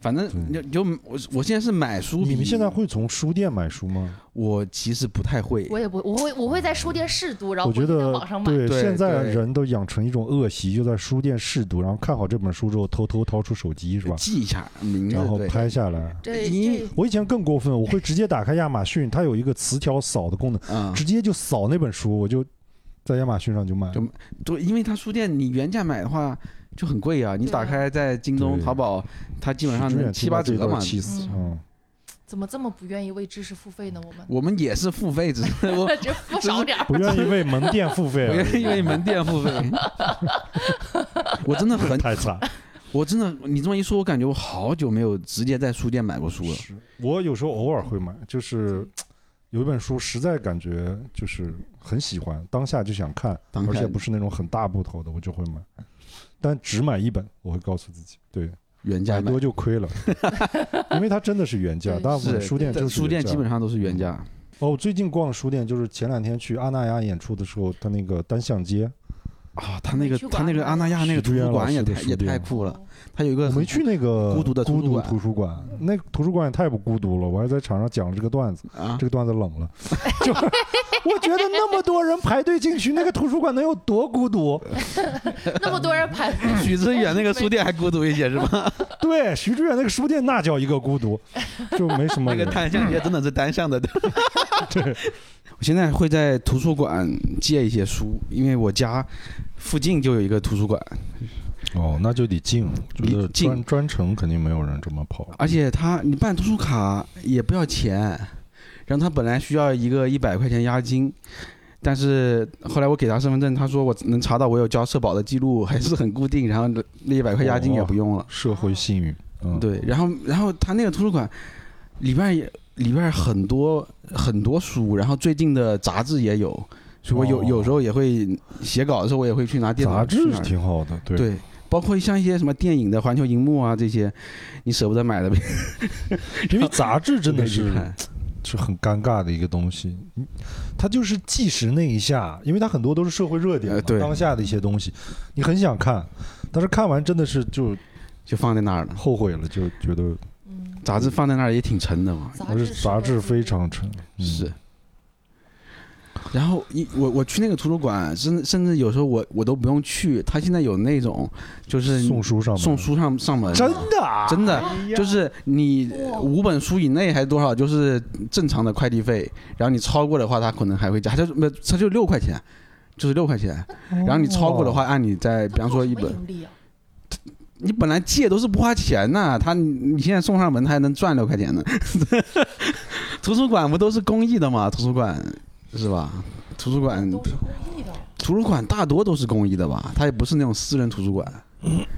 Speaker 5: 反正就就我我现在是买书比，
Speaker 3: 你们现在会从书店买书吗？
Speaker 5: 我其实不太会
Speaker 2: 我，也不，我会我会在书店试读，然后
Speaker 3: 我觉
Speaker 2: 回去在
Speaker 3: 得
Speaker 2: 网上买。
Speaker 3: 对，
Speaker 5: 对
Speaker 3: 现在
Speaker 5: 对
Speaker 3: 人都养成一种恶习，就在书店试读，然后看好这本书之后，偷偷掏出手机是吧？
Speaker 5: 记一下名字
Speaker 3: 然后
Speaker 5: 对。
Speaker 3: 拍下来。
Speaker 2: 这
Speaker 5: 因
Speaker 2: 这
Speaker 3: 我以前更过分，我会直接打开亚马逊，它有一个词条扫的功能，
Speaker 5: 嗯，
Speaker 3: 直接就扫那本书，我就在亚马逊上就买了
Speaker 5: 就。对，因为它书店你原价买的话就很贵啊，你
Speaker 2: 对啊
Speaker 5: 打开在京东、
Speaker 3: 对
Speaker 5: 淘宝，它基本上
Speaker 3: 许志远
Speaker 5: 能七
Speaker 3: 听到
Speaker 5: 八
Speaker 3: 这
Speaker 5: 折
Speaker 3: 段
Speaker 5: 嘛。
Speaker 3: 气死
Speaker 2: 嗯
Speaker 3: 嗯，
Speaker 2: 怎么这么不愿意为知识付费呢？我们
Speaker 5: 我们也是付费，只是
Speaker 3: 啊
Speaker 5: 我
Speaker 2: 只付少点儿，
Speaker 3: 不愿意为门店付
Speaker 5: (laughs)
Speaker 3: 费啊
Speaker 5: 我
Speaker 3: 而已，
Speaker 5: 愿意为门店
Speaker 3: (laughs)
Speaker 5: 付费。我真的很，
Speaker 3: 太惨。
Speaker 5: 我真的，你这么一说，我感觉我好久没有直接在书店买过书了。
Speaker 3: 我有时候偶尔会
Speaker 5: 嗯
Speaker 3: 买，就是有一本书实在感觉就是很喜欢，当下就想看，
Speaker 5: 当下
Speaker 3: 而且不是那种很大部头的，我就会
Speaker 5: (laughs)
Speaker 3: 买。但只买一本，我会告诉自己，对，
Speaker 5: 原价
Speaker 3: 买
Speaker 5: 买
Speaker 3: 多，就
Speaker 5: (laughs)
Speaker 3: 亏了，因为它真的是原价，
Speaker 2: 对
Speaker 3: 大部分
Speaker 5: 是
Speaker 3: 嗯书店就是
Speaker 5: 书
Speaker 3: 原
Speaker 5: 店
Speaker 3: 价
Speaker 5: 基本上都是原价。
Speaker 3: 哦，我最近逛书店，就是前两天去阿那亚演出的时候，他那个单向街，
Speaker 5: 啊，他那个
Speaker 2: 美术
Speaker 5: 他
Speaker 2: 馆
Speaker 5: 那个
Speaker 2: 吗
Speaker 5: 阿那亚那个
Speaker 3: 许
Speaker 5: 图
Speaker 3: 知远
Speaker 5: 书馆
Speaker 3: 老
Speaker 5: 也
Speaker 3: 师的
Speaker 5: 太
Speaker 3: 书
Speaker 5: 也太
Speaker 3: 店
Speaker 5: 酷了，他有一个
Speaker 3: 我
Speaker 5: 很
Speaker 3: 没去那个
Speaker 5: 孤独的图
Speaker 3: 孤
Speaker 5: 书
Speaker 3: 独
Speaker 5: 馆
Speaker 3: 图书馆，那个图书馆也太不孤独了。我还在场上讲了这个段子，
Speaker 5: 啊
Speaker 3: 这，个段子冷了， (laughs) 就是我觉得那么多人排队进去，那个图书馆能有多孤独？
Speaker 2: 那么多人排，
Speaker 5: 许知远那个书店还孤独一些是吧？
Speaker 3: 对，徐志远那个书店那叫一个孤独，就没什么
Speaker 5: 那个
Speaker 3: 人。
Speaker 5: 单向街真的是单向的。对， (laughs) 我现在会在图书馆借一些书，因为我家附近就有一个图书馆，
Speaker 3: 哦，那就得近，
Speaker 5: 觉得啊近专
Speaker 3: 专程肯定没有人这么跑
Speaker 5: 而且他你办图书卡也不要钱，然后他本来需要一个一百块钱押金。但是后来我给他身份证，他说我能查到我有交社保的记录，还是很固定，然后那一百块押金也不用了。
Speaker 3: 社
Speaker 2: 会
Speaker 3: 信誉，嗯，
Speaker 5: 对，然后然后他那个图书馆里边儿也里边儿很多很多书，然后最近的杂志也有，所以我有、
Speaker 3: 哦
Speaker 5: 有时候也会写稿的时候，我也会去拿电脑
Speaker 3: 杂
Speaker 5: 去
Speaker 3: 志
Speaker 5: 那儿
Speaker 3: 挺好的，对
Speaker 5: 对。包括像一些什么电影的环球荧幕啊，这些你舍不得买的，
Speaker 3: 因为杂志真
Speaker 5: (laughs)
Speaker 3: 的
Speaker 5: 没
Speaker 3: 是
Speaker 5: 人看
Speaker 3: 是很尴尬的一个东西。嗯它就是即时那一下，因为它很多都是社会热点嘛、
Speaker 5: 呃对
Speaker 3: 当下的一些东西，你很想看，但是看完真的是就
Speaker 5: 就放在那儿了。
Speaker 3: 后悔了，就觉得 (laughs)
Speaker 2: 嗯，
Speaker 5: 杂志放在那儿也挺沉的嘛，
Speaker 2: 杂
Speaker 3: 而
Speaker 2: 志
Speaker 3: 且杂志非常沉，嗯、
Speaker 5: 是。然后一我我去那个图书馆，甚甚至有时候我我都不用去，他现在有那种就是
Speaker 3: 嗯送书上门
Speaker 5: 送，书上上门，
Speaker 3: 真的啊
Speaker 5: 真的就是你
Speaker 2: 哇
Speaker 5: 五本书以内还是多少，就是正常的快递费。然后你超过的话，他可能还会加，他就没有他就六块钱，就是六块钱。
Speaker 3: 哦哎
Speaker 5: 然后你超过的话，按你再比方说一本，
Speaker 2: 啊
Speaker 5: 你本来借都是不花钱呐、他你你现在送上门，他还能赚六块钱呢。 (laughs) 图书馆不都是公益的吗？图书馆是吧？图书馆
Speaker 2: 都是公益的，啊
Speaker 5: 图书馆大多都是公益的吧？它也不是那种私人图书馆。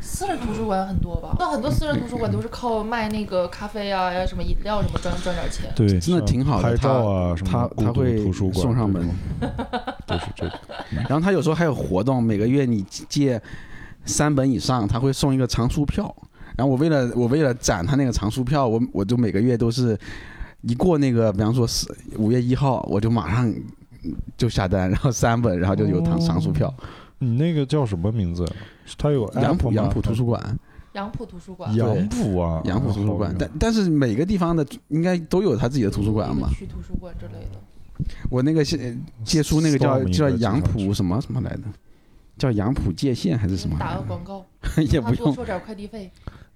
Speaker 2: 私人图书馆很多吧？那很多私人图书馆都是靠卖那个咖啡啊、呀什么饮料什么赚赚点钱。
Speaker 3: 对，
Speaker 5: 真的
Speaker 3: 像
Speaker 5: 挺好的
Speaker 3: 拍照啊什么
Speaker 5: 他
Speaker 3: 的孤
Speaker 5: 他
Speaker 3: 独
Speaker 5: 会
Speaker 3: 图书馆
Speaker 5: 送上门
Speaker 3: 这种，都是这个。
Speaker 5: 然后他有时候还有活动，每个月你借三本以上，他会送一个藏书票。然后我为了我为了攒他那个藏书票，我我就每个月都是一过那个，比方说是五月一号，我就马上就下单，然后三本，然后就有藏
Speaker 3: 哦
Speaker 5: 藏书票。
Speaker 3: 你那个叫什么名字？它有
Speaker 5: 杨
Speaker 3: app
Speaker 5: 浦
Speaker 3: 吗
Speaker 5: 杨浦啊图书馆，
Speaker 2: 杨浦图书馆，
Speaker 3: 杨浦啊，
Speaker 5: 杨浦图书馆
Speaker 3: 好，
Speaker 5: 但但是每个地方的应该都有他自己的图书馆嘛。
Speaker 2: 区图书馆之类的。
Speaker 5: 我那个借借书那个叫
Speaker 3: Storm
Speaker 5: 叫
Speaker 3: 应该经
Speaker 5: 杨浦
Speaker 3: 常
Speaker 5: 什么什么来着？叫杨浦界限还是什么？
Speaker 2: 打个广告，
Speaker 5: (laughs) 也
Speaker 2: 他
Speaker 5: 不
Speaker 2: 多
Speaker 5: 用。
Speaker 2: 收点快递费。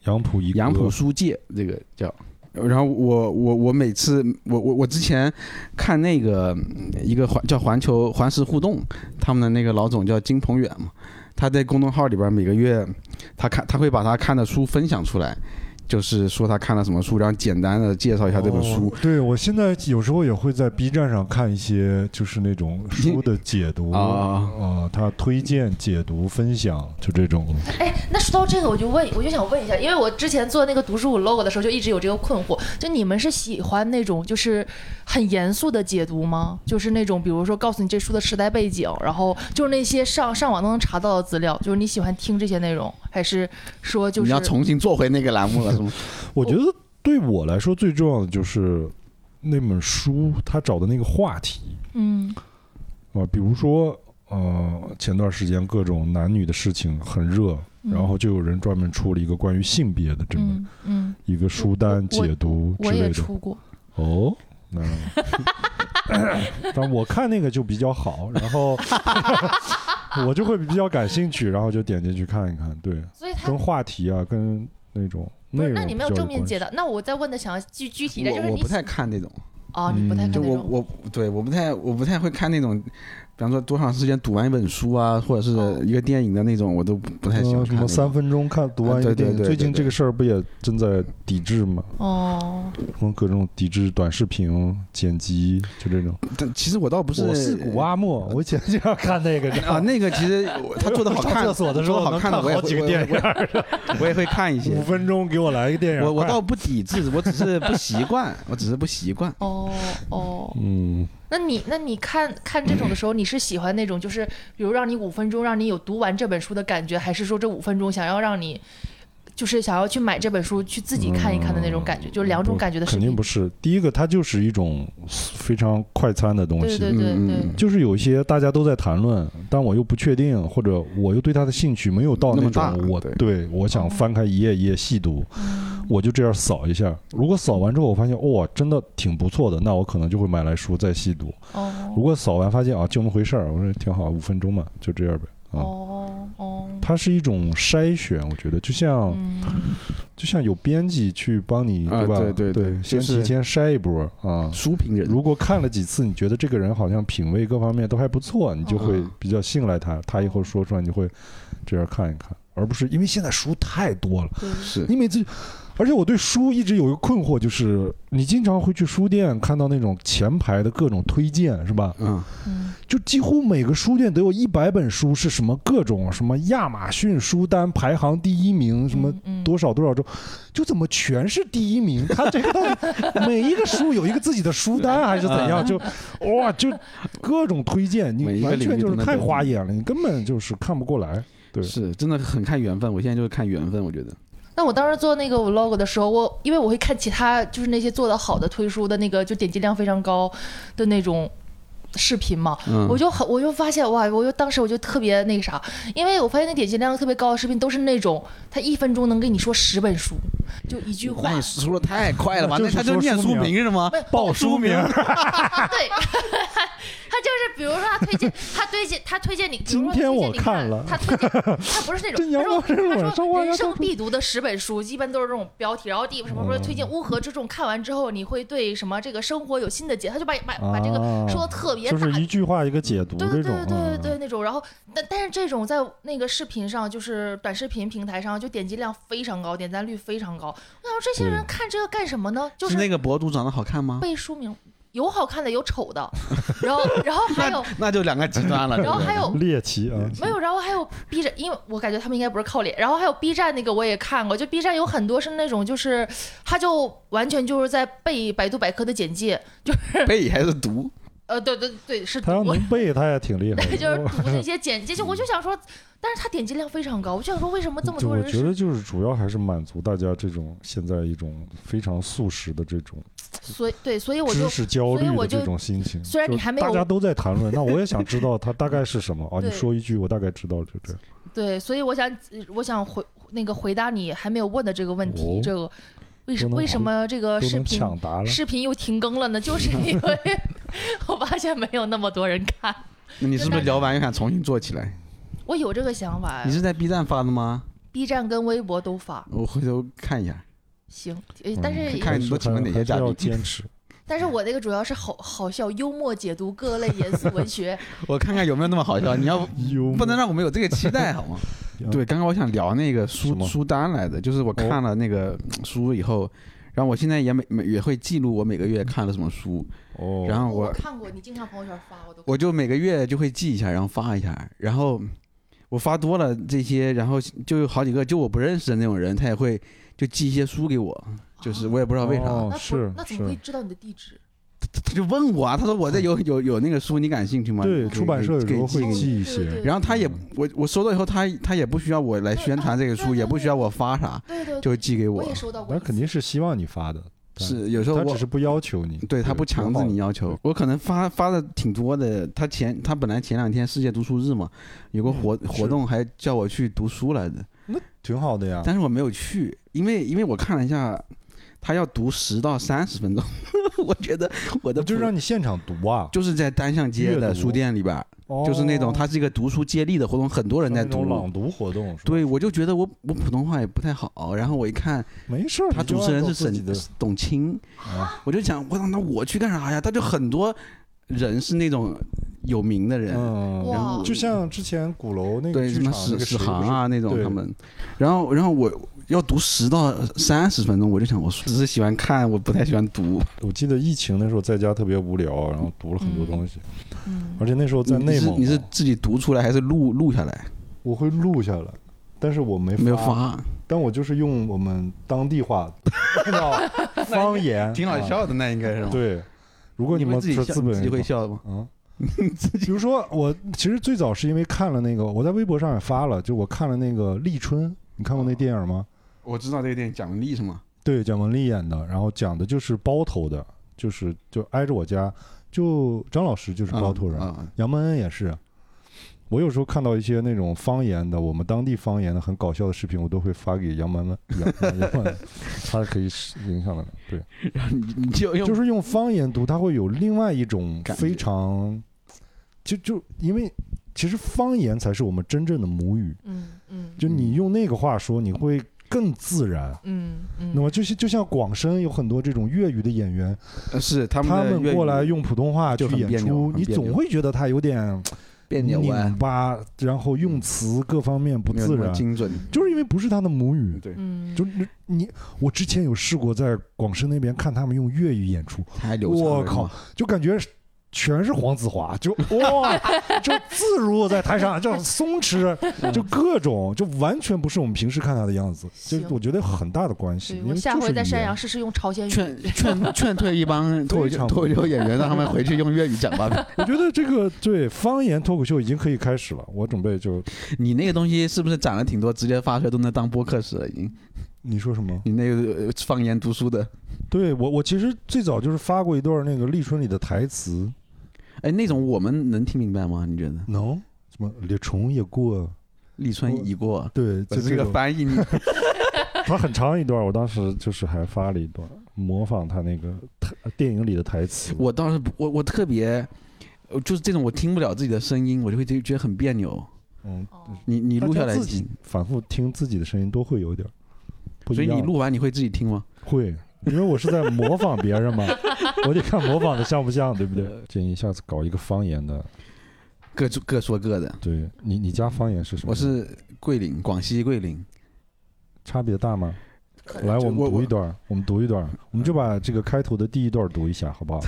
Speaker 3: 杨浦一哥
Speaker 5: 杨浦书界这个叫。然后我我我每次我我我之前看那个嗯一个环叫环球环石互动，他们的那个老总叫金鹏远嘛，他在公众号里边每个月他看他会把他看的书分享出来，就是说他看了什么书，然后简单的介绍一下这本书
Speaker 3: 哦。对我现在有时候也会在 B 站上看一些就是那种书的解读
Speaker 5: 啊
Speaker 3: 啊，他推荐、解读、分享，就这种。
Speaker 2: 哎，那说到这个，我就问，我就想问一下，因为我之前做那个读书五 logo 的时候，就一直有这个困惑，就你们是喜欢那种就是很严肃的解读吗？就是那种比如说告诉你这书的时代背景，然后就是那些上上网都能查到的资料，就是你喜欢听这些内容，还是说就是
Speaker 5: 你要重新做回那个栏目
Speaker 2: (laughs)
Speaker 5: 了是吗？
Speaker 3: 我觉得对我来说最重要的就是那本书他找的那个话题
Speaker 2: 嗯
Speaker 3: 啊，比如说呃，前段时间各种男女的事情很热，
Speaker 2: 嗯
Speaker 3: 然后就有人专门出了一个关于性别的这么
Speaker 2: 嗯嗯，
Speaker 3: 一个书单
Speaker 2: 我我
Speaker 3: 解读之
Speaker 2: 我也
Speaker 3: 类的。
Speaker 2: 出过，
Speaker 3: 哦，那 (laughs) 但我看那个就比较好，然后 (laughs) 我就会比较感兴趣，然后就点进去看一看。对，
Speaker 2: 所以他
Speaker 3: 跟话题啊，跟那种
Speaker 2: 不
Speaker 3: 内
Speaker 2: 是，
Speaker 3: 容比较关系。
Speaker 2: 那你没有正面解答，那我再问的想要具具体一点，就是
Speaker 5: 我我
Speaker 2: 你
Speaker 5: 不太看那种。
Speaker 2: 啊，你不太看
Speaker 3: 嗯
Speaker 5: 就
Speaker 2: 那
Speaker 5: 我
Speaker 2: 种。
Speaker 5: 我对我不太我不太会看那种比方说多长时间读完一本书啊，或者
Speaker 2: 哦
Speaker 5: 是一个电影的那种，我都不不太喜欢
Speaker 3: 呃
Speaker 5: 看
Speaker 3: 什
Speaker 5: 那
Speaker 3: 么
Speaker 5: 种。
Speaker 3: 三分钟看读完一
Speaker 5: 啊
Speaker 3: 个
Speaker 5: 对对
Speaker 3: 电影，
Speaker 5: 对
Speaker 3: 最
Speaker 5: 对
Speaker 3: 近
Speaker 5: 对
Speaker 3: 这个事儿不也正在抵制吗？
Speaker 2: 哦，
Speaker 3: 什么各种抵制短视频剪辑，就这种。
Speaker 5: 但其实我倒不是呃
Speaker 3: 我是古啊阿莫，我以前就要看那个。
Speaker 5: 啊， (laughs) 那个其实
Speaker 3: (laughs)
Speaker 5: 我他做的好
Speaker 3: 上
Speaker 5: 看，
Speaker 3: 厕所的时候
Speaker 5: 做得好看的
Speaker 3: 能看
Speaker 5: 我也
Speaker 3: 好
Speaker 5: 会
Speaker 3: 几个
Speaker 5: 我也
Speaker 3: 电影
Speaker 5: 我
Speaker 3: (laughs)
Speaker 5: 也 (laughs) 我也会看一些
Speaker 3: 五。分钟给我来一个电影。
Speaker 5: 我我
Speaker 3: 快
Speaker 5: 倒不抵制，我只是不习惯，我只是不习惯。
Speaker 2: 哦哦，
Speaker 3: 嗯，
Speaker 2: 那你那你看看这种的时候，你是喜欢那种就是，比如让你五分钟让你有读完这本书的感觉，还是说这五分钟想要让你，就是想要去买这本书去自己看一看的那种感觉？就两种
Speaker 3: 嗯不
Speaker 2: 感觉的视
Speaker 3: 肯
Speaker 2: 频。
Speaker 3: 定不是。第一个，它就是一种非常快餐的东
Speaker 2: 对
Speaker 3: 西，
Speaker 2: 对对
Speaker 5: 嗯
Speaker 2: 对
Speaker 5: 嗯，
Speaker 3: 就是有一些大家都在谈论，但我又不确定，或者我又对它的兴趣没有到
Speaker 5: 那么大
Speaker 3: 种我
Speaker 5: 对
Speaker 3: 对我
Speaker 2: 哦
Speaker 3: 想翻开一页一页细读，
Speaker 2: 嗯
Speaker 3: 我就这样扫一下。如果扫完之后我发现哇、真的挺不错的，那我可能就会买来书再细读。如
Speaker 2: 哦
Speaker 3: 果扫完发现啊就那么回事儿，我说挺好，五分钟嘛，就这样呗。啊、
Speaker 2: 哦哦，
Speaker 3: 它是一种筛选，我觉得就像、
Speaker 2: 嗯，
Speaker 3: 就像有编辑去帮你，
Speaker 5: 啊
Speaker 3: 对吧？
Speaker 5: 对对对就
Speaker 3: 先
Speaker 5: 是
Speaker 3: 提前筛一波啊。
Speaker 5: 书评人，
Speaker 3: 如果看了几次，你觉得这个人好像品味各方面都还不错，你就会
Speaker 5: 嗯
Speaker 3: 比较信赖他，他以后说出来你就会这样看一看，而不是因为现在书太多了，
Speaker 2: 对，
Speaker 5: 是
Speaker 3: 你每次。而且我对书一直有一个困惑，就是你经常会去书店看到那种前排的各种推荐，是吧？
Speaker 5: 嗯，
Speaker 2: 嗯
Speaker 3: 就几乎每个书店都有一百本书，是什么各种什么亚马逊书单排行第一名，什么
Speaker 2: 嗯嗯
Speaker 3: 多少多少周，就怎么全是第一名？他这个到底每一个书有一个自己的书单还是怎
Speaker 2: (laughs)
Speaker 3: 样？就哇，就各种推荐，
Speaker 5: 每
Speaker 3: 你
Speaker 5: 一个
Speaker 3: 完
Speaker 5: 领域
Speaker 3: 全就
Speaker 5: 都
Speaker 3: 是
Speaker 5: 能
Speaker 3: 太
Speaker 5: 得
Speaker 3: 花眼了，你根本就是看不过来。对
Speaker 5: 是真的很看缘分。我现在就是看缘分，我觉得
Speaker 2: 那我当时做那个 vlog 的时候，我因为我会看其他就是那些做的好的推书的那个就点击量非常高的那种视频嘛，
Speaker 5: 嗯
Speaker 2: 我就很我就发现哇，我就当时我就特别那个啥，因为我发现那点击量特别高的视频都是那种他一分钟能跟你说十本书，就一句话
Speaker 5: 那你，说的太
Speaker 3: (laughs)
Speaker 5: 快了吧？
Speaker 3: 那
Speaker 5: 那
Speaker 3: 就是
Speaker 5: 他就
Speaker 3: 说
Speaker 5: 念
Speaker 3: 书
Speaker 5: 书
Speaker 3: 名
Speaker 5: 评是吗？
Speaker 3: 报
Speaker 5: 书名，
Speaker 2: (laughs) 对，他就是比如说他推荐他推荐他推荐你，比如说
Speaker 3: 今
Speaker 2: 推
Speaker 3: 天
Speaker 2: 荐
Speaker 3: 我
Speaker 2: 你
Speaker 3: 看
Speaker 2: 看
Speaker 3: 了
Speaker 2: 他推
Speaker 3: (laughs)
Speaker 2: 荐他不是那
Speaker 3: 这
Speaker 2: 种，
Speaker 3: 娘
Speaker 2: 他
Speaker 3: 们
Speaker 2: 说
Speaker 3: 儿这种晚
Speaker 2: 他
Speaker 3: 上我
Speaker 2: 说
Speaker 3: 要
Speaker 2: 人
Speaker 3: 上
Speaker 2: 生
Speaker 3: 床
Speaker 2: 必读的十本书，一般都是这种标题，然后第什么
Speaker 3: 哦
Speaker 2: 什么推荐乌合之众，看完之后你会对什么这个生活有新的解，他就把把把这个
Speaker 3: 啊
Speaker 2: 说的特别
Speaker 3: 就
Speaker 2: 大
Speaker 3: 是一句话一个解读
Speaker 2: 对
Speaker 3: 这
Speaker 2: 对
Speaker 3: 种嗯
Speaker 2: 对，对对，那种，然后但但是这种在那个视频上，就是短视频平台上，就点击量非常高，点赞率非常高。我想这些人
Speaker 3: 对
Speaker 2: 看这个干什么呢？就是
Speaker 5: 那个博主长得好看吗？
Speaker 2: 背书名，有好看的，有丑的，然后然后还有
Speaker 5: 那就两个极端了。
Speaker 2: (laughs) 然后
Speaker 5: 对不对
Speaker 2: 还有
Speaker 3: 嗯猎奇啊，
Speaker 2: 没有，然后还有 B 站，因为我感觉他们应该不是靠脸。然后还有 B 站那个我也看过，就 B 站有很多是那种就是，他就完全就是在背百度百科的简介，
Speaker 5: 背还是读，
Speaker 2: 呃，对对对，是
Speaker 3: 他要
Speaker 2: 我
Speaker 3: 能背他也挺
Speaker 2: (laughs)
Speaker 3: 厉害的。
Speaker 2: 就是读
Speaker 3: (laughs)
Speaker 2: 那些简介，就我就想说，但是他点击量非常高，我就想说为什么这么
Speaker 3: 就
Speaker 2: 多
Speaker 3: 我
Speaker 2: 人
Speaker 3: 觉
Speaker 2: 是
Speaker 3: 得就是主要还是满足大家这种现在一种非常速食的这种
Speaker 2: 所以对，所以我
Speaker 3: 知
Speaker 2: 就
Speaker 3: 识焦虑
Speaker 2: 所以我
Speaker 3: 的
Speaker 2: 就
Speaker 3: 这种心情。
Speaker 2: 虽然你还没
Speaker 3: 大家
Speaker 2: 有
Speaker 3: 都在谈论，那我也想知道它大概是什么啊？你
Speaker 2: 对
Speaker 3: 说一句，我大概知道，就这样。
Speaker 2: 对，所以我想我想回那个回答你还没有问的这个问
Speaker 3: 哦
Speaker 2: 题，这个为什
Speaker 3: 都能
Speaker 2: 为什
Speaker 3: 回
Speaker 2: 么这个
Speaker 3: 都
Speaker 2: 呃视
Speaker 3: 能
Speaker 2: 频
Speaker 3: 抢答了，
Speaker 2: 视频又停更了呢？就是因为
Speaker 3: (laughs)
Speaker 2: 我发现没有那么多人看。
Speaker 5: 那你是不是聊完又想重新做起来？
Speaker 2: 我有这个想法
Speaker 5: 你
Speaker 2: 呀
Speaker 5: 是在 B 站发的吗？
Speaker 2: ，B 站跟微博都发
Speaker 5: 我回头看一下。
Speaker 2: 行，呃但是
Speaker 5: 嗯
Speaker 2: 也、
Speaker 5: 看
Speaker 3: 还
Speaker 5: 你
Speaker 3: 是
Speaker 5: 都请了哪些
Speaker 3: 还是
Speaker 5: 嘉宾
Speaker 3: 要坚
Speaker 5: (laughs)
Speaker 3: 持，
Speaker 2: 但是我那个主要是好好笑、幽默解读各类严肃文
Speaker 3: (laughs)
Speaker 2: 学，
Speaker 5: 我看看有没有那么好笑。你要
Speaker 3: 幽？
Speaker 5: 不能让我们有这个期待好吗
Speaker 3: (laughs)
Speaker 5: 对，刚刚我想聊那个书
Speaker 3: 什么哦
Speaker 5: 书单来的，就是我看了那个嗯书以后，然后我现在也每每也会记录我每个月看了什么书，
Speaker 3: 哦。
Speaker 5: 然后
Speaker 2: 我
Speaker 5: 我
Speaker 2: 看过，你经常朋友圈发，我都
Speaker 5: 我就每个月就会记一下，然后发一下，然后我发多了这些，然后就有好几个就我不认识的那种人，他也会就寄一些书给我，
Speaker 2: 啊
Speaker 5: 就是我也不知道为啥，
Speaker 3: 哦
Speaker 2: 那不
Speaker 3: 是
Speaker 2: 那怎
Speaker 3: 是
Speaker 2: 么会知道你的地址？
Speaker 5: 他就问我啊，他说我这有有有那个书，你感兴趣吗？
Speaker 3: 哦对，
Speaker 5: 给
Speaker 3: 出版社有时候会
Speaker 5: 给寄给你
Speaker 3: 寄一
Speaker 2: 哦对
Speaker 3: 些
Speaker 2: 对
Speaker 5: 然后他也
Speaker 3: 嗯
Speaker 5: 我我收到以后，他他也不需要我来宣传这个书，
Speaker 2: 对
Speaker 5: 也不需要我发啥，
Speaker 2: 对对对，
Speaker 5: 就寄给
Speaker 2: 我
Speaker 5: 我。
Speaker 2: 也收到过一
Speaker 3: 那
Speaker 2: 次，
Speaker 3: 肯定是希望你发的，但
Speaker 5: 是有时候
Speaker 3: 他只
Speaker 5: 我
Speaker 3: 是不要求你，
Speaker 5: 对他不强制你要求，我可能发发的挺多的。他前他本来前两天世界读书日嘛，有个活
Speaker 3: 嗯是
Speaker 5: 活动还叫我去读书来着，
Speaker 3: 挺好的呀。
Speaker 5: 但是我没有去，因为因为我看了一下，他要读十到三十分钟， (laughs) 我觉得我的
Speaker 3: 我就
Speaker 5: 谱
Speaker 3: 让你现场读啊，
Speaker 5: 就是在单向街
Speaker 3: 阅
Speaker 5: 的
Speaker 3: 读
Speaker 5: 书店里边儿，就是那种
Speaker 3: 哦
Speaker 5: 它是一个读书接力的活动，很多人
Speaker 3: 像
Speaker 5: 在
Speaker 3: 那种
Speaker 5: 读
Speaker 3: 朗。读活动，是吧
Speaker 5: 对，我就觉得我我普通话也不太好，然后我一看
Speaker 3: 没事儿。
Speaker 5: 他
Speaker 3: 你就
Speaker 5: 主持人
Speaker 3: 按
Speaker 5: 是
Speaker 3: 照自己
Speaker 5: 沈
Speaker 3: 的
Speaker 5: 董卿，
Speaker 3: 啊
Speaker 5: 我就想，我操，那我去干啥呀？他就很多人是那种有名的人，
Speaker 3: 嗯，
Speaker 5: 然后
Speaker 2: 哇
Speaker 3: 就像之前鼓楼那个
Speaker 5: 对
Speaker 3: 剧
Speaker 5: 什
Speaker 3: 场
Speaker 5: 么
Speaker 3: 那
Speaker 5: 史
Speaker 3: 个
Speaker 5: 史
Speaker 3: 谁
Speaker 5: 航
Speaker 3: 不是
Speaker 5: 啊那种
Speaker 3: 对
Speaker 5: 他们，然后然后我要读十到三十分钟，我就想我只是喜欢看，我不太喜欢读。
Speaker 3: 我记得疫情的时候在家特别无聊，然后读了很多东西，
Speaker 2: 嗯，
Speaker 3: 而且那时候在
Speaker 5: 你
Speaker 3: 内
Speaker 5: 是
Speaker 3: 蒙嘛，啊
Speaker 5: 你是自己读出来还是录录下来？
Speaker 3: 我会录下来，但是我没
Speaker 5: 没有，发，啊
Speaker 3: 但我就是用我们当地
Speaker 5: (laughs)
Speaker 3: 话，你知道吧方言，啊。
Speaker 5: 的，那应该是吧？
Speaker 3: 对，如果
Speaker 5: 你
Speaker 3: 你们
Speaker 5: 会自己
Speaker 3: 是
Speaker 5: 笑，
Speaker 3: 资
Speaker 5: 你
Speaker 3: 本
Speaker 5: 自己会笑的吗？ (laughs)
Speaker 3: 啊。比如说，我其实最早是因为看了那个，我在微博上也发了，就我看了那个《立春》，你看过那电影吗？
Speaker 5: 我知道这个电影讲历史嘛，
Speaker 3: 对，蒋雯丽演的，然后讲的就是包头的，就是就挨着我家，就张老师就是包头人，
Speaker 5: 啊啊
Speaker 3: 杨蒙恩也是。我有时候看到一些那种方言的，我们当地方言的很搞笑的视频，我都会发给杨蒙恩，杨杨蒙
Speaker 5: (laughs)
Speaker 3: 恩，他是可以是影响的人。对，
Speaker 5: 你你就用
Speaker 3: 就是用方言读，它会有另外一种
Speaker 5: 感
Speaker 3: 非
Speaker 5: 觉
Speaker 3: 常，就就因为其实方言才是我们真正的母语，
Speaker 2: 嗯嗯
Speaker 3: 就你用那个话说，你会更自然。
Speaker 2: 嗯嗯，
Speaker 3: 那么就是就像广深有很多这种粤语的演员，
Speaker 5: 呃是他
Speaker 3: 他
Speaker 5: 们的粤
Speaker 3: 们
Speaker 5: 语
Speaker 3: 过来用普通话去
Speaker 5: 就很
Speaker 3: 演
Speaker 5: 别扭
Speaker 3: 出，
Speaker 5: 很
Speaker 3: 你
Speaker 5: 别
Speaker 3: 总
Speaker 5: 扭
Speaker 3: 会觉得他有点
Speaker 5: 别扭啊
Speaker 3: 拧，巴，然后用词各方面不
Speaker 5: 没有那
Speaker 3: 自
Speaker 5: 么
Speaker 3: 然，
Speaker 5: 精准。
Speaker 3: 就是因为不是他的母语。
Speaker 5: 对，
Speaker 2: 嗯，
Speaker 3: 就是你你，我之前有试过在广深那边看他们用粤语演出，
Speaker 5: 太流畅了。
Speaker 3: 我靠，就感觉是全是黄子华，就
Speaker 5: (laughs)
Speaker 3: 哇，就自如在台上，就松弛，就各种，就完全不是我们平时看他的样子，就
Speaker 2: 行
Speaker 3: 我觉得有很大的关系。
Speaker 2: 对
Speaker 3: 因
Speaker 2: 我
Speaker 3: 为
Speaker 2: 下
Speaker 3: 就是
Speaker 2: 回在
Speaker 3: 语
Speaker 2: 山
Speaker 3: 言
Speaker 2: 羊试试用朝鲜语。
Speaker 5: 劝 (laughs) 劝劝退一帮脱口
Speaker 3: 非
Speaker 5: 秀
Speaker 3: 常
Speaker 5: 脱口秀演员，让他们回去用粤语讲吧。
Speaker 3: (laughs) 我觉得这个对方言脱口秀已经可以开始了，我准备就
Speaker 5: (laughs) 你那个东西是不是攒了挺多，直接发出来都能当播客使了？已经，
Speaker 3: 你说什么？
Speaker 5: 你那个呃方言读书的，
Speaker 3: 对我我其实最早就是发过一段那个立春里的台词，
Speaker 5: 哎，那种我们能听明白吗？你觉得？
Speaker 3: 能、什么立春也过，
Speaker 5: 立春已过，
Speaker 3: 对，
Speaker 5: 我
Speaker 3: 就
Speaker 5: 这
Speaker 3: 这 (laughs)
Speaker 5: 个
Speaker 3: 种，
Speaker 5: 翻译 (laughs) 你，
Speaker 3: 它很长一段，我当时就是还发了一段模仿他那个台电影里的台词。
Speaker 5: 我倒是不我我特别，呃就是这种我听不了自己的声音，我就会觉觉得很别扭。
Speaker 3: 嗯，
Speaker 2: 哦
Speaker 5: 你你录下
Speaker 3: 大
Speaker 5: 来
Speaker 3: 家自己
Speaker 5: 听，
Speaker 3: 反复听自己的声音都会有点儿不一
Speaker 5: 所以
Speaker 3: 样，
Speaker 5: 你录完你会自己听吗？
Speaker 3: 会。因为我是在模仿别人嘛， (laughs) 我得看模仿的像不像，对不
Speaker 5: (laughs)
Speaker 3: 对？建议下次搞一个方言的，
Speaker 5: 各说各说各的。
Speaker 3: 对你，你家方言是什么？
Speaker 5: 我是桂林，广西桂林。
Speaker 3: 差别大吗？来，
Speaker 5: 就
Speaker 3: 我们
Speaker 5: 我嗯
Speaker 3: 读一段儿，我们读一段儿，我们就把这个开头的第一段儿读一下，好
Speaker 5: (laughs)
Speaker 3: 不好？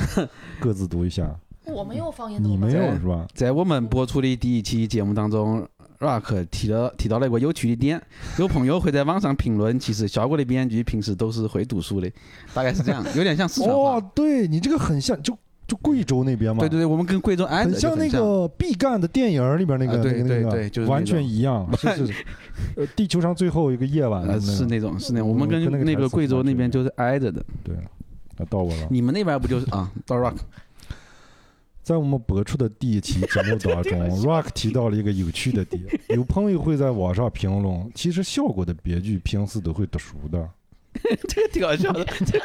Speaker 3: 各自读一下。
Speaker 2: 我没有方言怎
Speaker 3: 你
Speaker 2: 么办？
Speaker 3: 没有是吧？
Speaker 5: 在我们播出的第一期节目当中，Rock 提了提到了一个有趣的 (laughs) 点，有朋友会在网上评论，其实小果的编剧平时都是会读书的，大概是 (laughs) 这样，有点像四川话。
Speaker 3: 哦，对你这个很像，就就贵州那边嘛，
Speaker 5: 对对对，我们跟贵州挨着
Speaker 3: 很
Speaker 5: 就
Speaker 3: 像
Speaker 5: 很
Speaker 3: 那个毕赣的电影儿里边那个
Speaker 5: 啊
Speaker 3: 那
Speaker 5: 对
Speaker 3: 个那
Speaker 5: 对
Speaker 3: 个，
Speaker 5: 对就是那
Speaker 3: 完全
Speaker 5: 种
Speaker 3: 一
Speaker 5: (laughs)
Speaker 3: 样，是是。呃，地球上最后一个夜晚
Speaker 5: 呃是
Speaker 3: 那
Speaker 5: 那种是那种，
Speaker 3: 我
Speaker 5: 我们
Speaker 3: 跟那个
Speaker 5: 跟那
Speaker 3: 台
Speaker 5: 个
Speaker 3: 词
Speaker 5: 贵州
Speaker 3: 完全
Speaker 5: 那边
Speaker 3: 一样
Speaker 5: 就是挨着的，
Speaker 3: 对，啊，到我了。
Speaker 5: 你们那边不就是啊？到 Rock
Speaker 3: 在我们播出的第一期节目
Speaker 5: (laughs)
Speaker 3: 当中，Rock 提到了一个有趣的点，有朋友会在网上评论，其实效果的别剧平时都会读书的。
Speaker 5: (laughs) 这个挺好笑的，这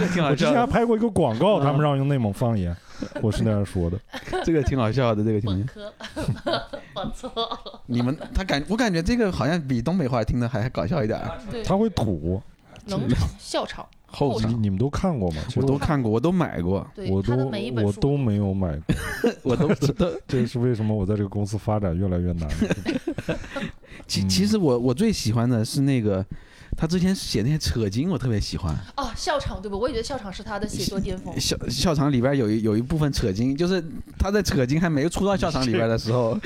Speaker 5: 个挺好
Speaker 3: 我之
Speaker 5: 笑
Speaker 3: 前还
Speaker 5: 的，
Speaker 3: 拍过一个广告，他们让用内蒙方
Speaker 5: (laughs)
Speaker 3: 言，我是那样说的。
Speaker 5: 这个挺好笑的，这个挺好笑
Speaker 2: 本
Speaker 5: 的。
Speaker 2: 科， (laughs) 我错，
Speaker 5: 你们他感我感觉这个好像比东北话听的还还搞笑一点儿，啊
Speaker 2: 对，
Speaker 3: 他会土， (laughs)
Speaker 2: 冷场、笑场，
Speaker 5: 后
Speaker 2: 后
Speaker 3: 你
Speaker 5: 场
Speaker 3: 你们都看过吗？其实
Speaker 5: 我都看过，我都买过，
Speaker 2: (laughs) 对
Speaker 3: 我
Speaker 2: 他的
Speaker 3: 都
Speaker 2: 每一本
Speaker 3: 我
Speaker 2: 书
Speaker 3: 都没有买过， (laughs)
Speaker 5: 我 (laughs) 都都
Speaker 3: 这是为什么我在这个公司发展越来越难。
Speaker 5: 其
Speaker 3: 嗯
Speaker 5: 其实我我最喜欢的是那个，他之前写那些扯经，我特别喜欢。
Speaker 2: 哦，笑场对吧？我也觉得笑场是他的写作巅
Speaker 3: (laughs)
Speaker 2: 峰。
Speaker 5: 校校场里边有一有一部分扯经，就是他在扯经还没有出到校场里边的时候，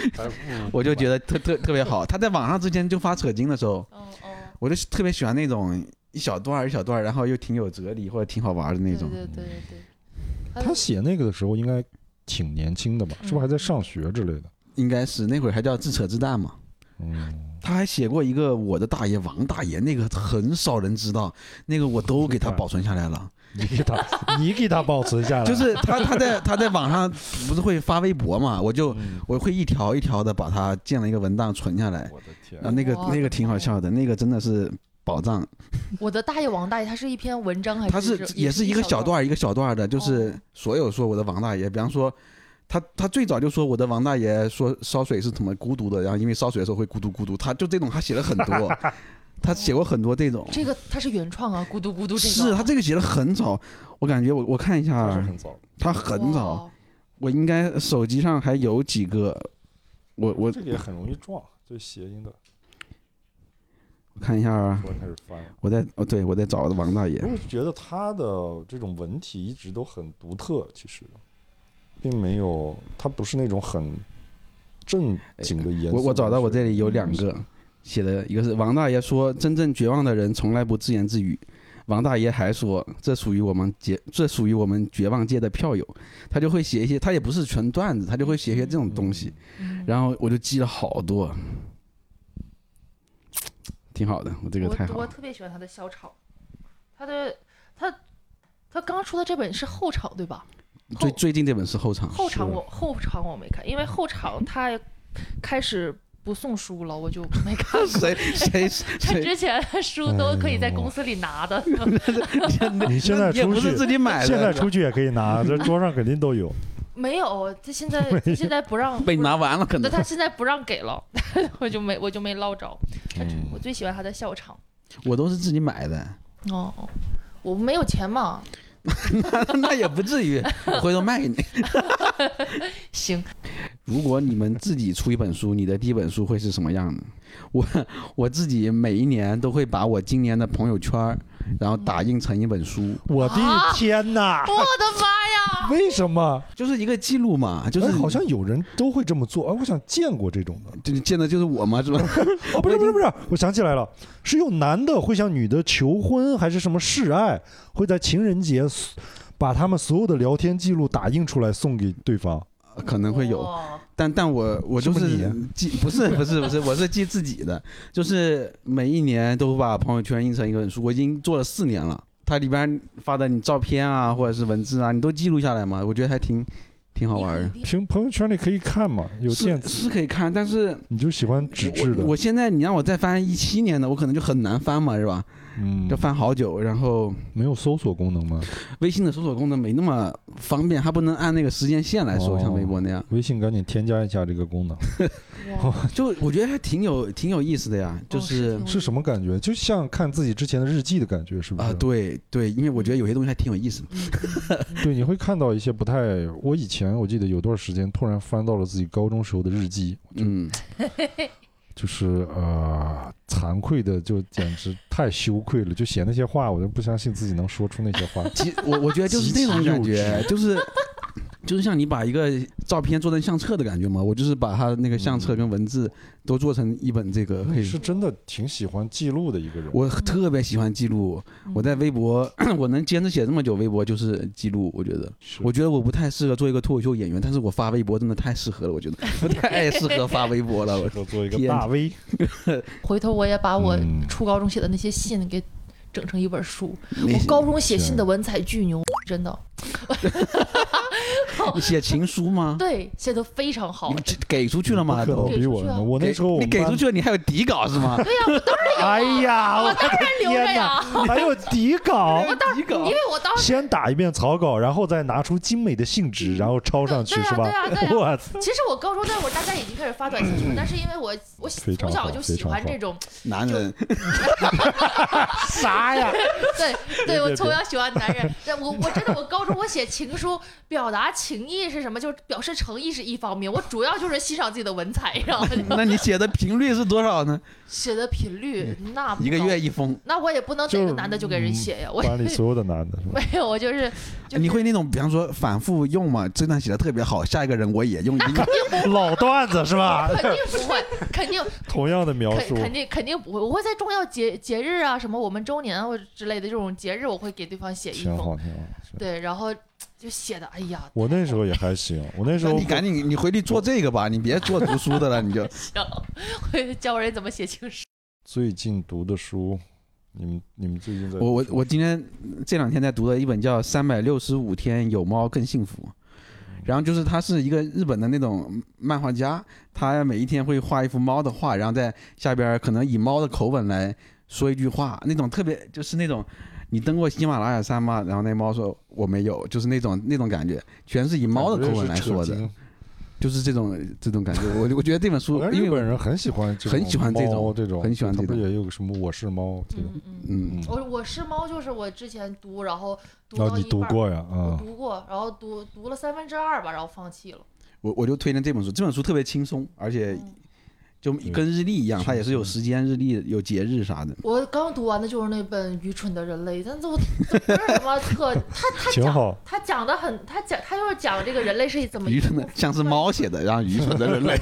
Speaker 5: 我就觉得特特特别好。他在网上之前就发扯经的时候，
Speaker 2: 哦哦，
Speaker 5: 我就特别喜欢那种一小段儿一小段儿，然后又挺有哲理或者挺好玩的那
Speaker 2: 对
Speaker 5: 种。
Speaker 2: 对对对对，
Speaker 3: 嗯他写那个的时候应该挺年轻的吧？是不是还在上学之类的？
Speaker 5: 应该是那会儿还叫自扯自淡嘛。 (laughs)
Speaker 3: 嗯，
Speaker 5: 他还写过一个我的大爷王大爷，那个很少人知道，那个我都给他保存下来了。
Speaker 3: 你给他，你给他保存下来，
Speaker 5: (laughs)
Speaker 3: (laughs)
Speaker 5: 就是他他在他在网上不是会发微博嘛，我就
Speaker 3: 嗯
Speaker 5: 我会一条一条的把它建了一个文档存下来，
Speaker 3: 我的天
Speaker 5: 啊，那个
Speaker 2: 哇
Speaker 5: 那个挺好笑的，那个真的是宝藏，
Speaker 2: 我的大爷王大爷，他是一篇文章还
Speaker 5: 它是也是
Speaker 2: 是哦
Speaker 5: 一个小段儿一个小段儿的，就是所有说我的王大爷，比方说。他他最早就说我的王
Speaker 3: (laughs)
Speaker 5: 大爷说烧水是怎么孤独的，然后因为烧水的时候会咕嘟咕嘟，他就这种他写了很多，他写过很多这种，
Speaker 2: 这个它是原创啊，咕嘟咕嘟这个
Speaker 5: 是他这个写的很早，我感觉我我看一
Speaker 3: 确实
Speaker 5: 下，
Speaker 3: 很早。
Speaker 5: 他很早，
Speaker 2: 哇
Speaker 5: 我应该手机上还有几个，我我
Speaker 3: 这个也很容易撞，这谐音的。
Speaker 5: 我看一下啊，
Speaker 3: 突然开始翻了，
Speaker 5: 我在哦对，我在找王大爷，
Speaker 3: 我是觉得他的这种文体一直都很独特，其实并没有，他不是那种很正经的严肃。
Speaker 5: 哎我我找到我这里有两个写的，一个是王大爷说真正绝望的人从来不自言自语。王大爷还说，这属于我们节，这属于我们绝望界的票友，他就会写一些，他也不是纯段子，他就会写一些这种东西。
Speaker 2: 嗯
Speaker 5: 然后我就记了好多，挺好的，我这个太
Speaker 2: 我
Speaker 5: 好
Speaker 2: 我
Speaker 5: 了。
Speaker 2: 特别喜欢他的小炒，他的他他刚出的这本是后炒对吧？
Speaker 5: 最最近这本是嗯后场，。
Speaker 2: 后场
Speaker 3: 是
Speaker 2: 我后场我没看，因为后场他开始不送书了，我就没看
Speaker 5: 谁
Speaker 2: (laughs)
Speaker 5: 谁谁，
Speaker 2: 之前书
Speaker 5: 哎
Speaker 2: 都可以在公司里拿
Speaker 5: (laughs)
Speaker 2: 的，
Speaker 3: 你现在
Speaker 5: 也
Speaker 3: 出
Speaker 5: 不是
Speaker 3: 去，
Speaker 5: 自己买的，
Speaker 3: 现在出去也可以拿，这桌上肯定都
Speaker 5: (laughs)
Speaker 3: 有。
Speaker 2: 没有。他现在他现在不让
Speaker 5: 被你拿完了，可
Speaker 2: 那
Speaker 5: 能
Speaker 2: 他现在不让给了， (laughs) 我就没我就没捞着。我
Speaker 5: 哎
Speaker 3: 嗯，
Speaker 2: 最喜欢他的笑场。
Speaker 5: 我都是自己买的， (laughs)
Speaker 2: 哦，我没有钱嘛。
Speaker 5: 那也
Speaker 2: (laughs)
Speaker 5: 不至于，我回头卖给你。 (laughs)
Speaker 2: 行，
Speaker 5: 如果你们自己出一本书，你的第一本书会是什么样的？我我自己每一年都会把我今年的朋友圈儿，然后打印成一本书，
Speaker 3: 我
Speaker 5: 啊
Speaker 3: 的天哪！
Speaker 2: 我的妈呀！
Speaker 3: 为什么？
Speaker 5: 就是一个记录嘛，就是、
Speaker 3: 哎好像有人都会这么做。哎，我想见过这种的。
Speaker 5: 就见的就是我嘛，是吧？ (laughs)
Speaker 3: 哦，不是不是不是，我想起来了，是有男的会向女的求婚，还是什么示爱，会在情人节 s- 把他们所有的聊天记录打印出来送给对方。
Speaker 5: 可能会有，
Speaker 2: 哇
Speaker 5: 但但我我就是
Speaker 3: 不是你
Speaker 5: 是
Speaker 3: 啊
Speaker 5: 记不是不是不是，我是记自己的，就是每一年都会把朋友圈印成一本书，我已经做了四年了。它里边发的你照片啊，或者是文字啊，你都记录下来嘛，我觉得还挺挺好玩的。
Speaker 3: 凭朋友圈里可以看嘛，有
Speaker 5: 是
Speaker 3: 电子，
Speaker 5: 是可以看，但是
Speaker 3: (laughs) 你就喜欢纸质的
Speaker 5: 我。我现在你让我再翻一七年的，我可能就很难翻嘛，是吧？
Speaker 3: 嗯
Speaker 5: 就，翻好久，然后
Speaker 3: 没有搜索功能吗？
Speaker 5: 微信的搜索功能没那么方便，它不能按那个时间线来搜，
Speaker 3: 哦
Speaker 5: 像微博
Speaker 3: (laughs)
Speaker 5: 那样。
Speaker 3: 微信赶紧添加一下这个功能，
Speaker 5: (laughs)
Speaker 2: 哇
Speaker 5: 就我觉得还挺有挺有意思的呀，就
Speaker 2: 哦
Speaker 5: 是
Speaker 2: 挺有
Speaker 3: 是什么感觉？就像看自己之前的日记的感觉，是不是？
Speaker 5: 啊，对对，因为我觉得有些东西还挺有意思的。
Speaker 3: 对，你会看到一些不太……我以前我记得有段时间突然翻到了自己高中时候的日记，
Speaker 5: 嗯，
Speaker 3: 就是呃，惭愧的就简直太羞愧了，就写那些话，我就不相信自己能说出那些话。 (laughs)
Speaker 5: 其我我觉得就是那种感觉，就是就是像你把一个照片做成相册的感觉嘛。我就是把它那个相册跟文字都做成一本这个可以
Speaker 3: 嗯是真的挺喜欢记录的一个人。
Speaker 5: 我特别喜欢记录，我在微博，我能坚持写这么久微博就是记录。我觉得，
Speaker 3: 是
Speaker 5: 我觉得我不太适合做一个脱口秀演员，但是我发微博真的太适合了，我
Speaker 3: (laughs)
Speaker 5: 觉得我太适合发微博了。我
Speaker 3: 说做一个
Speaker 5: 天
Speaker 3: 大 V，
Speaker 2: 回头我也把我
Speaker 3: 嗯
Speaker 2: 初高中写的那些信给整成一本书。
Speaker 5: 你
Speaker 2: 我高中写信的文采巨牛，真的，
Speaker 5: 你写情书吗？
Speaker 2: 对，写的非常好
Speaker 3: (laughs)
Speaker 5: 你。这给出去了吗？
Speaker 3: 可
Speaker 5: 都
Speaker 3: 能
Speaker 2: 给
Speaker 3: 比
Speaker 2: 出
Speaker 3: 我
Speaker 2: 去
Speaker 3: 呢
Speaker 2: 啊
Speaker 3: 我那时候我
Speaker 5: 你
Speaker 3: 们
Speaker 5: 给
Speaker 3: 班
Speaker 5: 出去，了，你还有底稿是吗？
Speaker 3: 哎呀，我的
Speaker 2: 留着
Speaker 3: 天
Speaker 2: 呀
Speaker 3: 哪，还有底稿，
Speaker 5: 底稿
Speaker 2: 因为我当时
Speaker 3: 先打一遍草稿，然后再拿出精美的信纸，然后抄上去，
Speaker 2: 对呀
Speaker 3: 是吧
Speaker 2: 对呀对呀？啊
Speaker 3: 我操，
Speaker 2: 其实我高中那会儿大家已经开始发短信群了，但是因为我我
Speaker 3: 嗯非常
Speaker 2: 从
Speaker 3: 好
Speaker 2: 小就喜欢
Speaker 3: 非常好
Speaker 2: 这种，
Speaker 5: 男人，
Speaker 3: 啥呀？
Speaker 2: 对 (laughs)
Speaker 3: 别
Speaker 2: 对，我
Speaker 3: 别
Speaker 2: 从小喜欢男人。但我我真的我高中我写情书表达情意是什么，就是表示诚意是一方面，我主要就是欣赏自己的文采，然后
Speaker 3: (laughs)
Speaker 5: 那你写的频率是多少呢？
Speaker 2: 写的频率那不
Speaker 5: 一个
Speaker 2: 高
Speaker 5: 月。一封。
Speaker 2: 那我也不能
Speaker 3: 就
Speaker 2: 哪
Speaker 3: 是
Speaker 2: 个男的就给人写呀，我
Speaker 3: 班里所有的男的，是吧
Speaker 2: (laughs) 没有，我
Speaker 3: 哎
Speaker 2: 就是就是
Speaker 5: 你会那种，比方说反复用嘛？这段写的特别好，下一个人我也
Speaker 2: (laughs)
Speaker 5: 用。一个
Speaker 3: 老段子是吧？
Speaker 2: 肯定不会，肯定
Speaker 3: 同样的描述
Speaker 2: 肯，肯定肯定不会，我会在重要节节日啊，什么我们周年啊或者之类的这种节日，我会给对方写一
Speaker 3: 挺
Speaker 2: 封，
Speaker 3: 好，挺好。是
Speaker 2: 对，然后就写的，哎呀，
Speaker 3: 我那时候也还行，我那时
Speaker 5: 那
Speaker 3: 候
Speaker 5: 你赶紧，你回去做这个吧，你别做读书的了，你就。
Speaker 2: 然后会教人怎么写情诗。
Speaker 3: 最近读的书，你们你们最近在
Speaker 5: 我我
Speaker 3: 读
Speaker 5: 我今天这两天在读的一本叫《三百六十五天有猫更幸福》，然后就是他是一个日本的那种漫画家，他每一天会画一幅猫的画，然后在下边儿可能以猫的口吻来说一句话，那种特别就是那种你登过喜马拉雅山吗？然后那猫说我没有，就是那种那种感觉，全是以猫的口吻来说
Speaker 3: 感觉
Speaker 5: 的
Speaker 3: 是。扯
Speaker 5: 就是这种这种感觉。我我觉得这本
Speaker 3: (laughs)
Speaker 5: 书
Speaker 3: 好像，
Speaker 5: 因
Speaker 3: 日
Speaker 5: 为我
Speaker 3: 本人很喜欢这种
Speaker 5: 很喜欢这种
Speaker 3: 猫这种
Speaker 5: 很喜欢
Speaker 3: 他
Speaker 5: 这
Speaker 3: 不
Speaker 5: 种
Speaker 3: 也有个什么我是猫这种？
Speaker 2: 嗯嗯，
Speaker 5: 嗯，
Speaker 2: 我我是猫，就是我之前读，然后读
Speaker 3: 哦，
Speaker 2: 到
Speaker 3: 你
Speaker 2: 一
Speaker 3: 读
Speaker 2: 半儿，
Speaker 3: 过呀？啊
Speaker 2: 我，读过，然后读读了三分之二吧，然后放弃了。
Speaker 5: 我我就推荐这本书，这本书特别轻松，而
Speaker 3: 呃
Speaker 5: 且
Speaker 2: 嗯
Speaker 5: 就跟日历一样，它也是有时间日历、有节日啥的。
Speaker 2: 我刚读完的就是那本《愚蠢的人类》，但是我这不是什么特，他他
Speaker 3: 挺
Speaker 2: 讲
Speaker 3: 好。
Speaker 2: 他讲的很，他讲他就是讲这个人类是怎么
Speaker 3: (laughs)
Speaker 5: 愚
Speaker 2: (laughs)
Speaker 5: 蠢的像是猫写的，然后愚蠢的人类，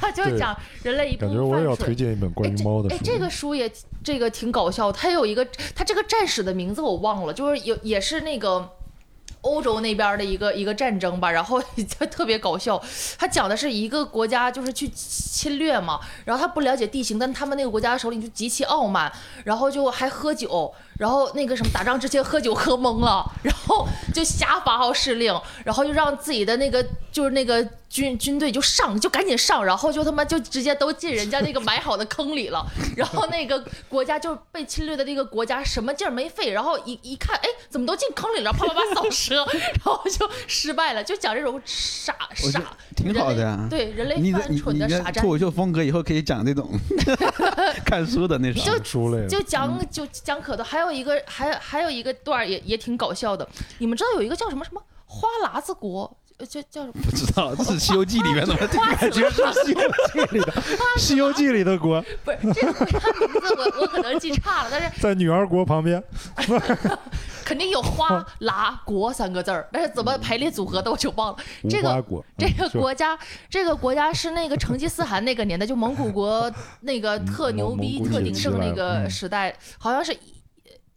Speaker 2: 他就是讲人类一部
Speaker 3: 感
Speaker 2: 分
Speaker 3: 觉我也要
Speaker 2: 蠢
Speaker 3: 推荐一本关于猫的
Speaker 2: 哎
Speaker 3: 书，
Speaker 2: 这个书也这个挺搞笑，它有一个它这个战士的名字我忘了，就是有也是那个。欧洲那边的一个一个战争吧，然后 (laughs) 就特别搞笑。他讲的是一个国家就是去侵略嘛，然后他不了解地形，但他们那个国家的首领就极其傲慢，然后就还喝酒，然后那个什么打仗之前喝酒喝懵了，然后就瞎发号施令，然后就让自己的那个就是那个军军队就上，就赶紧上，然后就他妈就直接都进人家那个埋好的坑里了，然后那个国家就是被侵略的那个国家什么劲儿没费，然后一一看，哎，怎么都进坑里了，啪啪啪扫 (laughs) 射，然后就失败了，就讲这种傻
Speaker 5: 我觉
Speaker 2: 傻
Speaker 5: 得，挺好的
Speaker 2: 人类
Speaker 5: 呀。
Speaker 2: 对人类
Speaker 5: 你的
Speaker 2: 犯
Speaker 5: 你
Speaker 2: 蠢
Speaker 5: 你
Speaker 2: 的傻
Speaker 5: 的
Speaker 2: 战
Speaker 5: 脱。口秀风格以后可以讲
Speaker 2: (laughs)
Speaker 5: 这种看书的那啥。
Speaker 2: 就
Speaker 3: 书类的
Speaker 2: 就讲
Speaker 5: 嗯
Speaker 2: 就讲可多，还有一个还还有一个段儿也也挺搞笑的，你们知道有一个叫什么什么花剌子国，呃叫叫什么
Speaker 5: 不知道是《西游记》里面的吗？
Speaker 2: 花子
Speaker 6: 觉是《西游记》里的，《西游记》里的国
Speaker 2: (laughs) 不是这个国家名字我我可能记差了，但是
Speaker 3: 在女儿国旁边，
Speaker 2: 肯定有
Speaker 5: (laughs)
Speaker 2: 花剌国三个字儿，但是怎么排列组合的我就
Speaker 5: (laughs)
Speaker 2: 忘了。
Speaker 3: 无
Speaker 2: 这个
Speaker 3: 花果，
Speaker 2: 这
Speaker 3: 嗯
Speaker 2: 个
Speaker 3: 是吧
Speaker 2: 国家，这个国家是那个成吉思汗那个年代，就蒙古
Speaker 3: (laughs)
Speaker 2: 国那个特牛逼、
Speaker 3: 蒙古
Speaker 2: 特
Speaker 3: 也
Speaker 2: 鼎
Speaker 3: 起
Speaker 2: 盛那
Speaker 3: 来了嗯
Speaker 2: 个时代，好像是一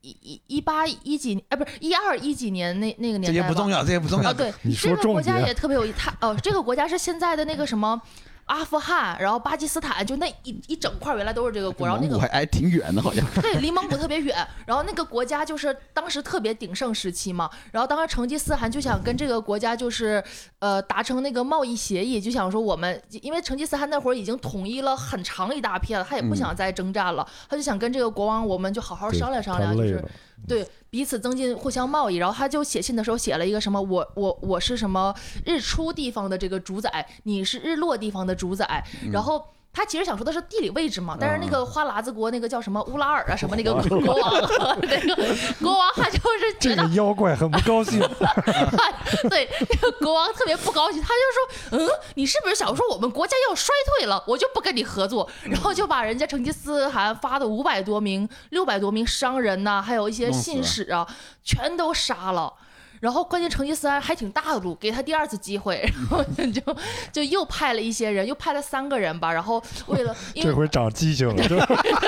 Speaker 2: 一一八一几，哎，不是一二一几年那那个
Speaker 5: 这
Speaker 2: 年代
Speaker 5: 些
Speaker 2: 吧。
Speaker 5: 不重要，这些不重
Speaker 2: 啊，
Speaker 5: 要。 (laughs)
Speaker 2: 对，
Speaker 3: 你说
Speaker 2: 这个国
Speaker 3: 重
Speaker 2: 家
Speaker 3: 点
Speaker 2: 也特别有意，它哦，这个国家是现在的那个什么阿富汗，然后巴基斯坦，就那一一整块儿原来都是这个国，然后那
Speaker 5: 蒙
Speaker 2: 个
Speaker 5: 古还挨挺远的，
Speaker 2: (laughs)
Speaker 5: 好像。
Speaker 2: 对，离蒙古特别远。然后那个国家就是当时特别鼎盛时期嘛，然后当时成吉思汗就想跟这个国家就是呃达成那个贸易协议，就想说我们因为成吉思汗那会儿已经统一了很长一大片了，他也不想再征战了，他就想跟这个国王我们就好好
Speaker 3: 嗯对
Speaker 2: 商量商
Speaker 3: 太
Speaker 2: 量，就
Speaker 3: 累
Speaker 2: 是
Speaker 3: 了，
Speaker 2: 对彼此增进互相贸易，然后他就写信的时候写了一个什么我我我是什么日出地方的这个主宰，你是日落地方的主宰，
Speaker 6: 嗯
Speaker 2: 然后。他其实想说的是地理位置嘛，但是那个花剌子国那个叫什么乌拉尔啊什么那个国王， (laughs) 那个国王他就是觉
Speaker 6: 这
Speaker 2: 得
Speaker 6: 个妖怪很不高兴，
Speaker 2: (laughs) 对，那个国王特别不高兴，他就说：“嗯，你是不是想说我们国家要衰退了，我就不跟你合作？”然后就把人家成吉思汗发的五百多名、六百多名商人呐、还有一些
Speaker 5: 弄死
Speaker 2: 信
Speaker 5: 了
Speaker 2: 使啊，全都杀了。然后关键成吉思汗还挺大度，给他第二次机会，然后就就又派了一些人，又派了三个人吧。然后为了 (laughs) 因为
Speaker 6: 这回长记
Speaker 2: (laughs)
Speaker 6: 性了。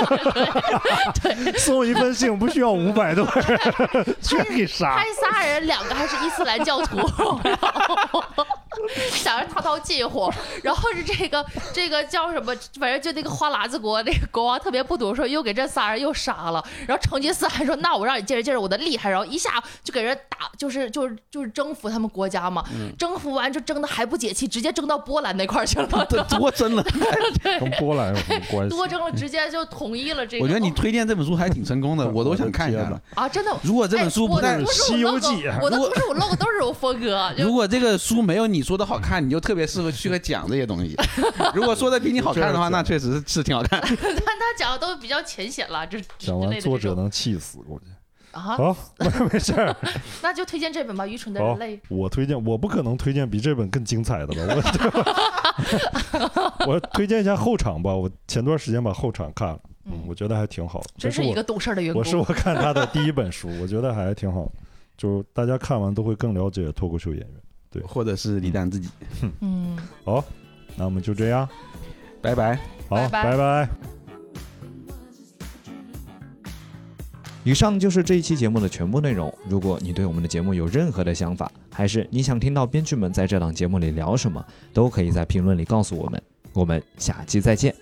Speaker 3: (laughs)
Speaker 6: 对，送一封信不需要五百多人，全给杀
Speaker 3: 啊
Speaker 2: 拍。仨人，两个还是伊斯兰教徒， (laughs) 然后想着套套近乎，然后是这个这个叫什么，反正就那个花剌子国那个国王特别不懂事，又给这仨人又杀了，然后成吉思汗说：“那我让你见识见识我的厉害。”然后一下就给人打，就是就是就是征服他们国家嘛，
Speaker 5: 嗯
Speaker 2: 征服完就争的还不解气，直接争到波兰那块儿
Speaker 5: (laughs)
Speaker 2: 去了，
Speaker 5: 这多真了！
Speaker 3: (laughs) 跟波兰有
Speaker 2: (laughs)
Speaker 3: 什么关系？
Speaker 2: 多争了直接就统一了这个。哦
Speaker 5: 我觉得你推荐这本书还挺成功的，我都想看一下了。
Speaker 2: 啊，真的。
Speaker 5: 如果这本书
Speaker 2: 哎我的
Speaker 5: 不但
Speaker 2: 不是
Speaker 6: 西
Speaker 2: 我
Speaker 6: 游
Speaker 2: logo，
Speaker 6: 记
Speaker 2: 我的
Speaker 5: 如果
Speaker 2: 不是我 logo 都是我风格，就
Speaker 5: 如果这个书没有你说的好看，你就特别适合去和讲这些东西。如果说的比你好看的话，那 (laughs) 确实是是挺好看。
Speaker 2: 但他讲的都比较浅显了，这
Speaker 3: 讲完作者能气死，估计。
Speaker 2: 啊，
Speaker 3: 好，没事
Speaker 2: (laughs)
Speaker 3: 儿。
Speaker 2: 那就推荐这本吧，《愚蠢的
Speaker 3: 好
Speaker 2: 人类》。，
Speaker 3: 我推荐，我不可能推荐比这本更精彩的了。
Speaker 2: (laughs)
Speaker 3: 我我推荐一下后场吧，我前段时间把后场看了，嗯，我觉得还挺好的。这
Speaker 2: 真是一
Speaker 3: 我
Speaker 2: 个懂事儿的员工。
Speaker 3: 我是我看
Speaker 2: (laughs)
Speaker 3: 他的第一本书，我觉得还挺好，就大家看完都会更了解脱口秀演员。
Speaker 5: 或者是李诞自己，
Speaker 2: 嗯。
Speaker 3: 好，那我们就这样，
Speaker 5: 拜拜。
Speaker 3: 好，
Speaker 2: 拜拜
Speaker 3: 拜拜
Speaker 1: 以上就是这一期节目的全部内容。如果你对我们的节目有任何的想法，还是你想听到编剧们在这档节目里聊什么，都可以在评论里告诉我们。我们下期再见，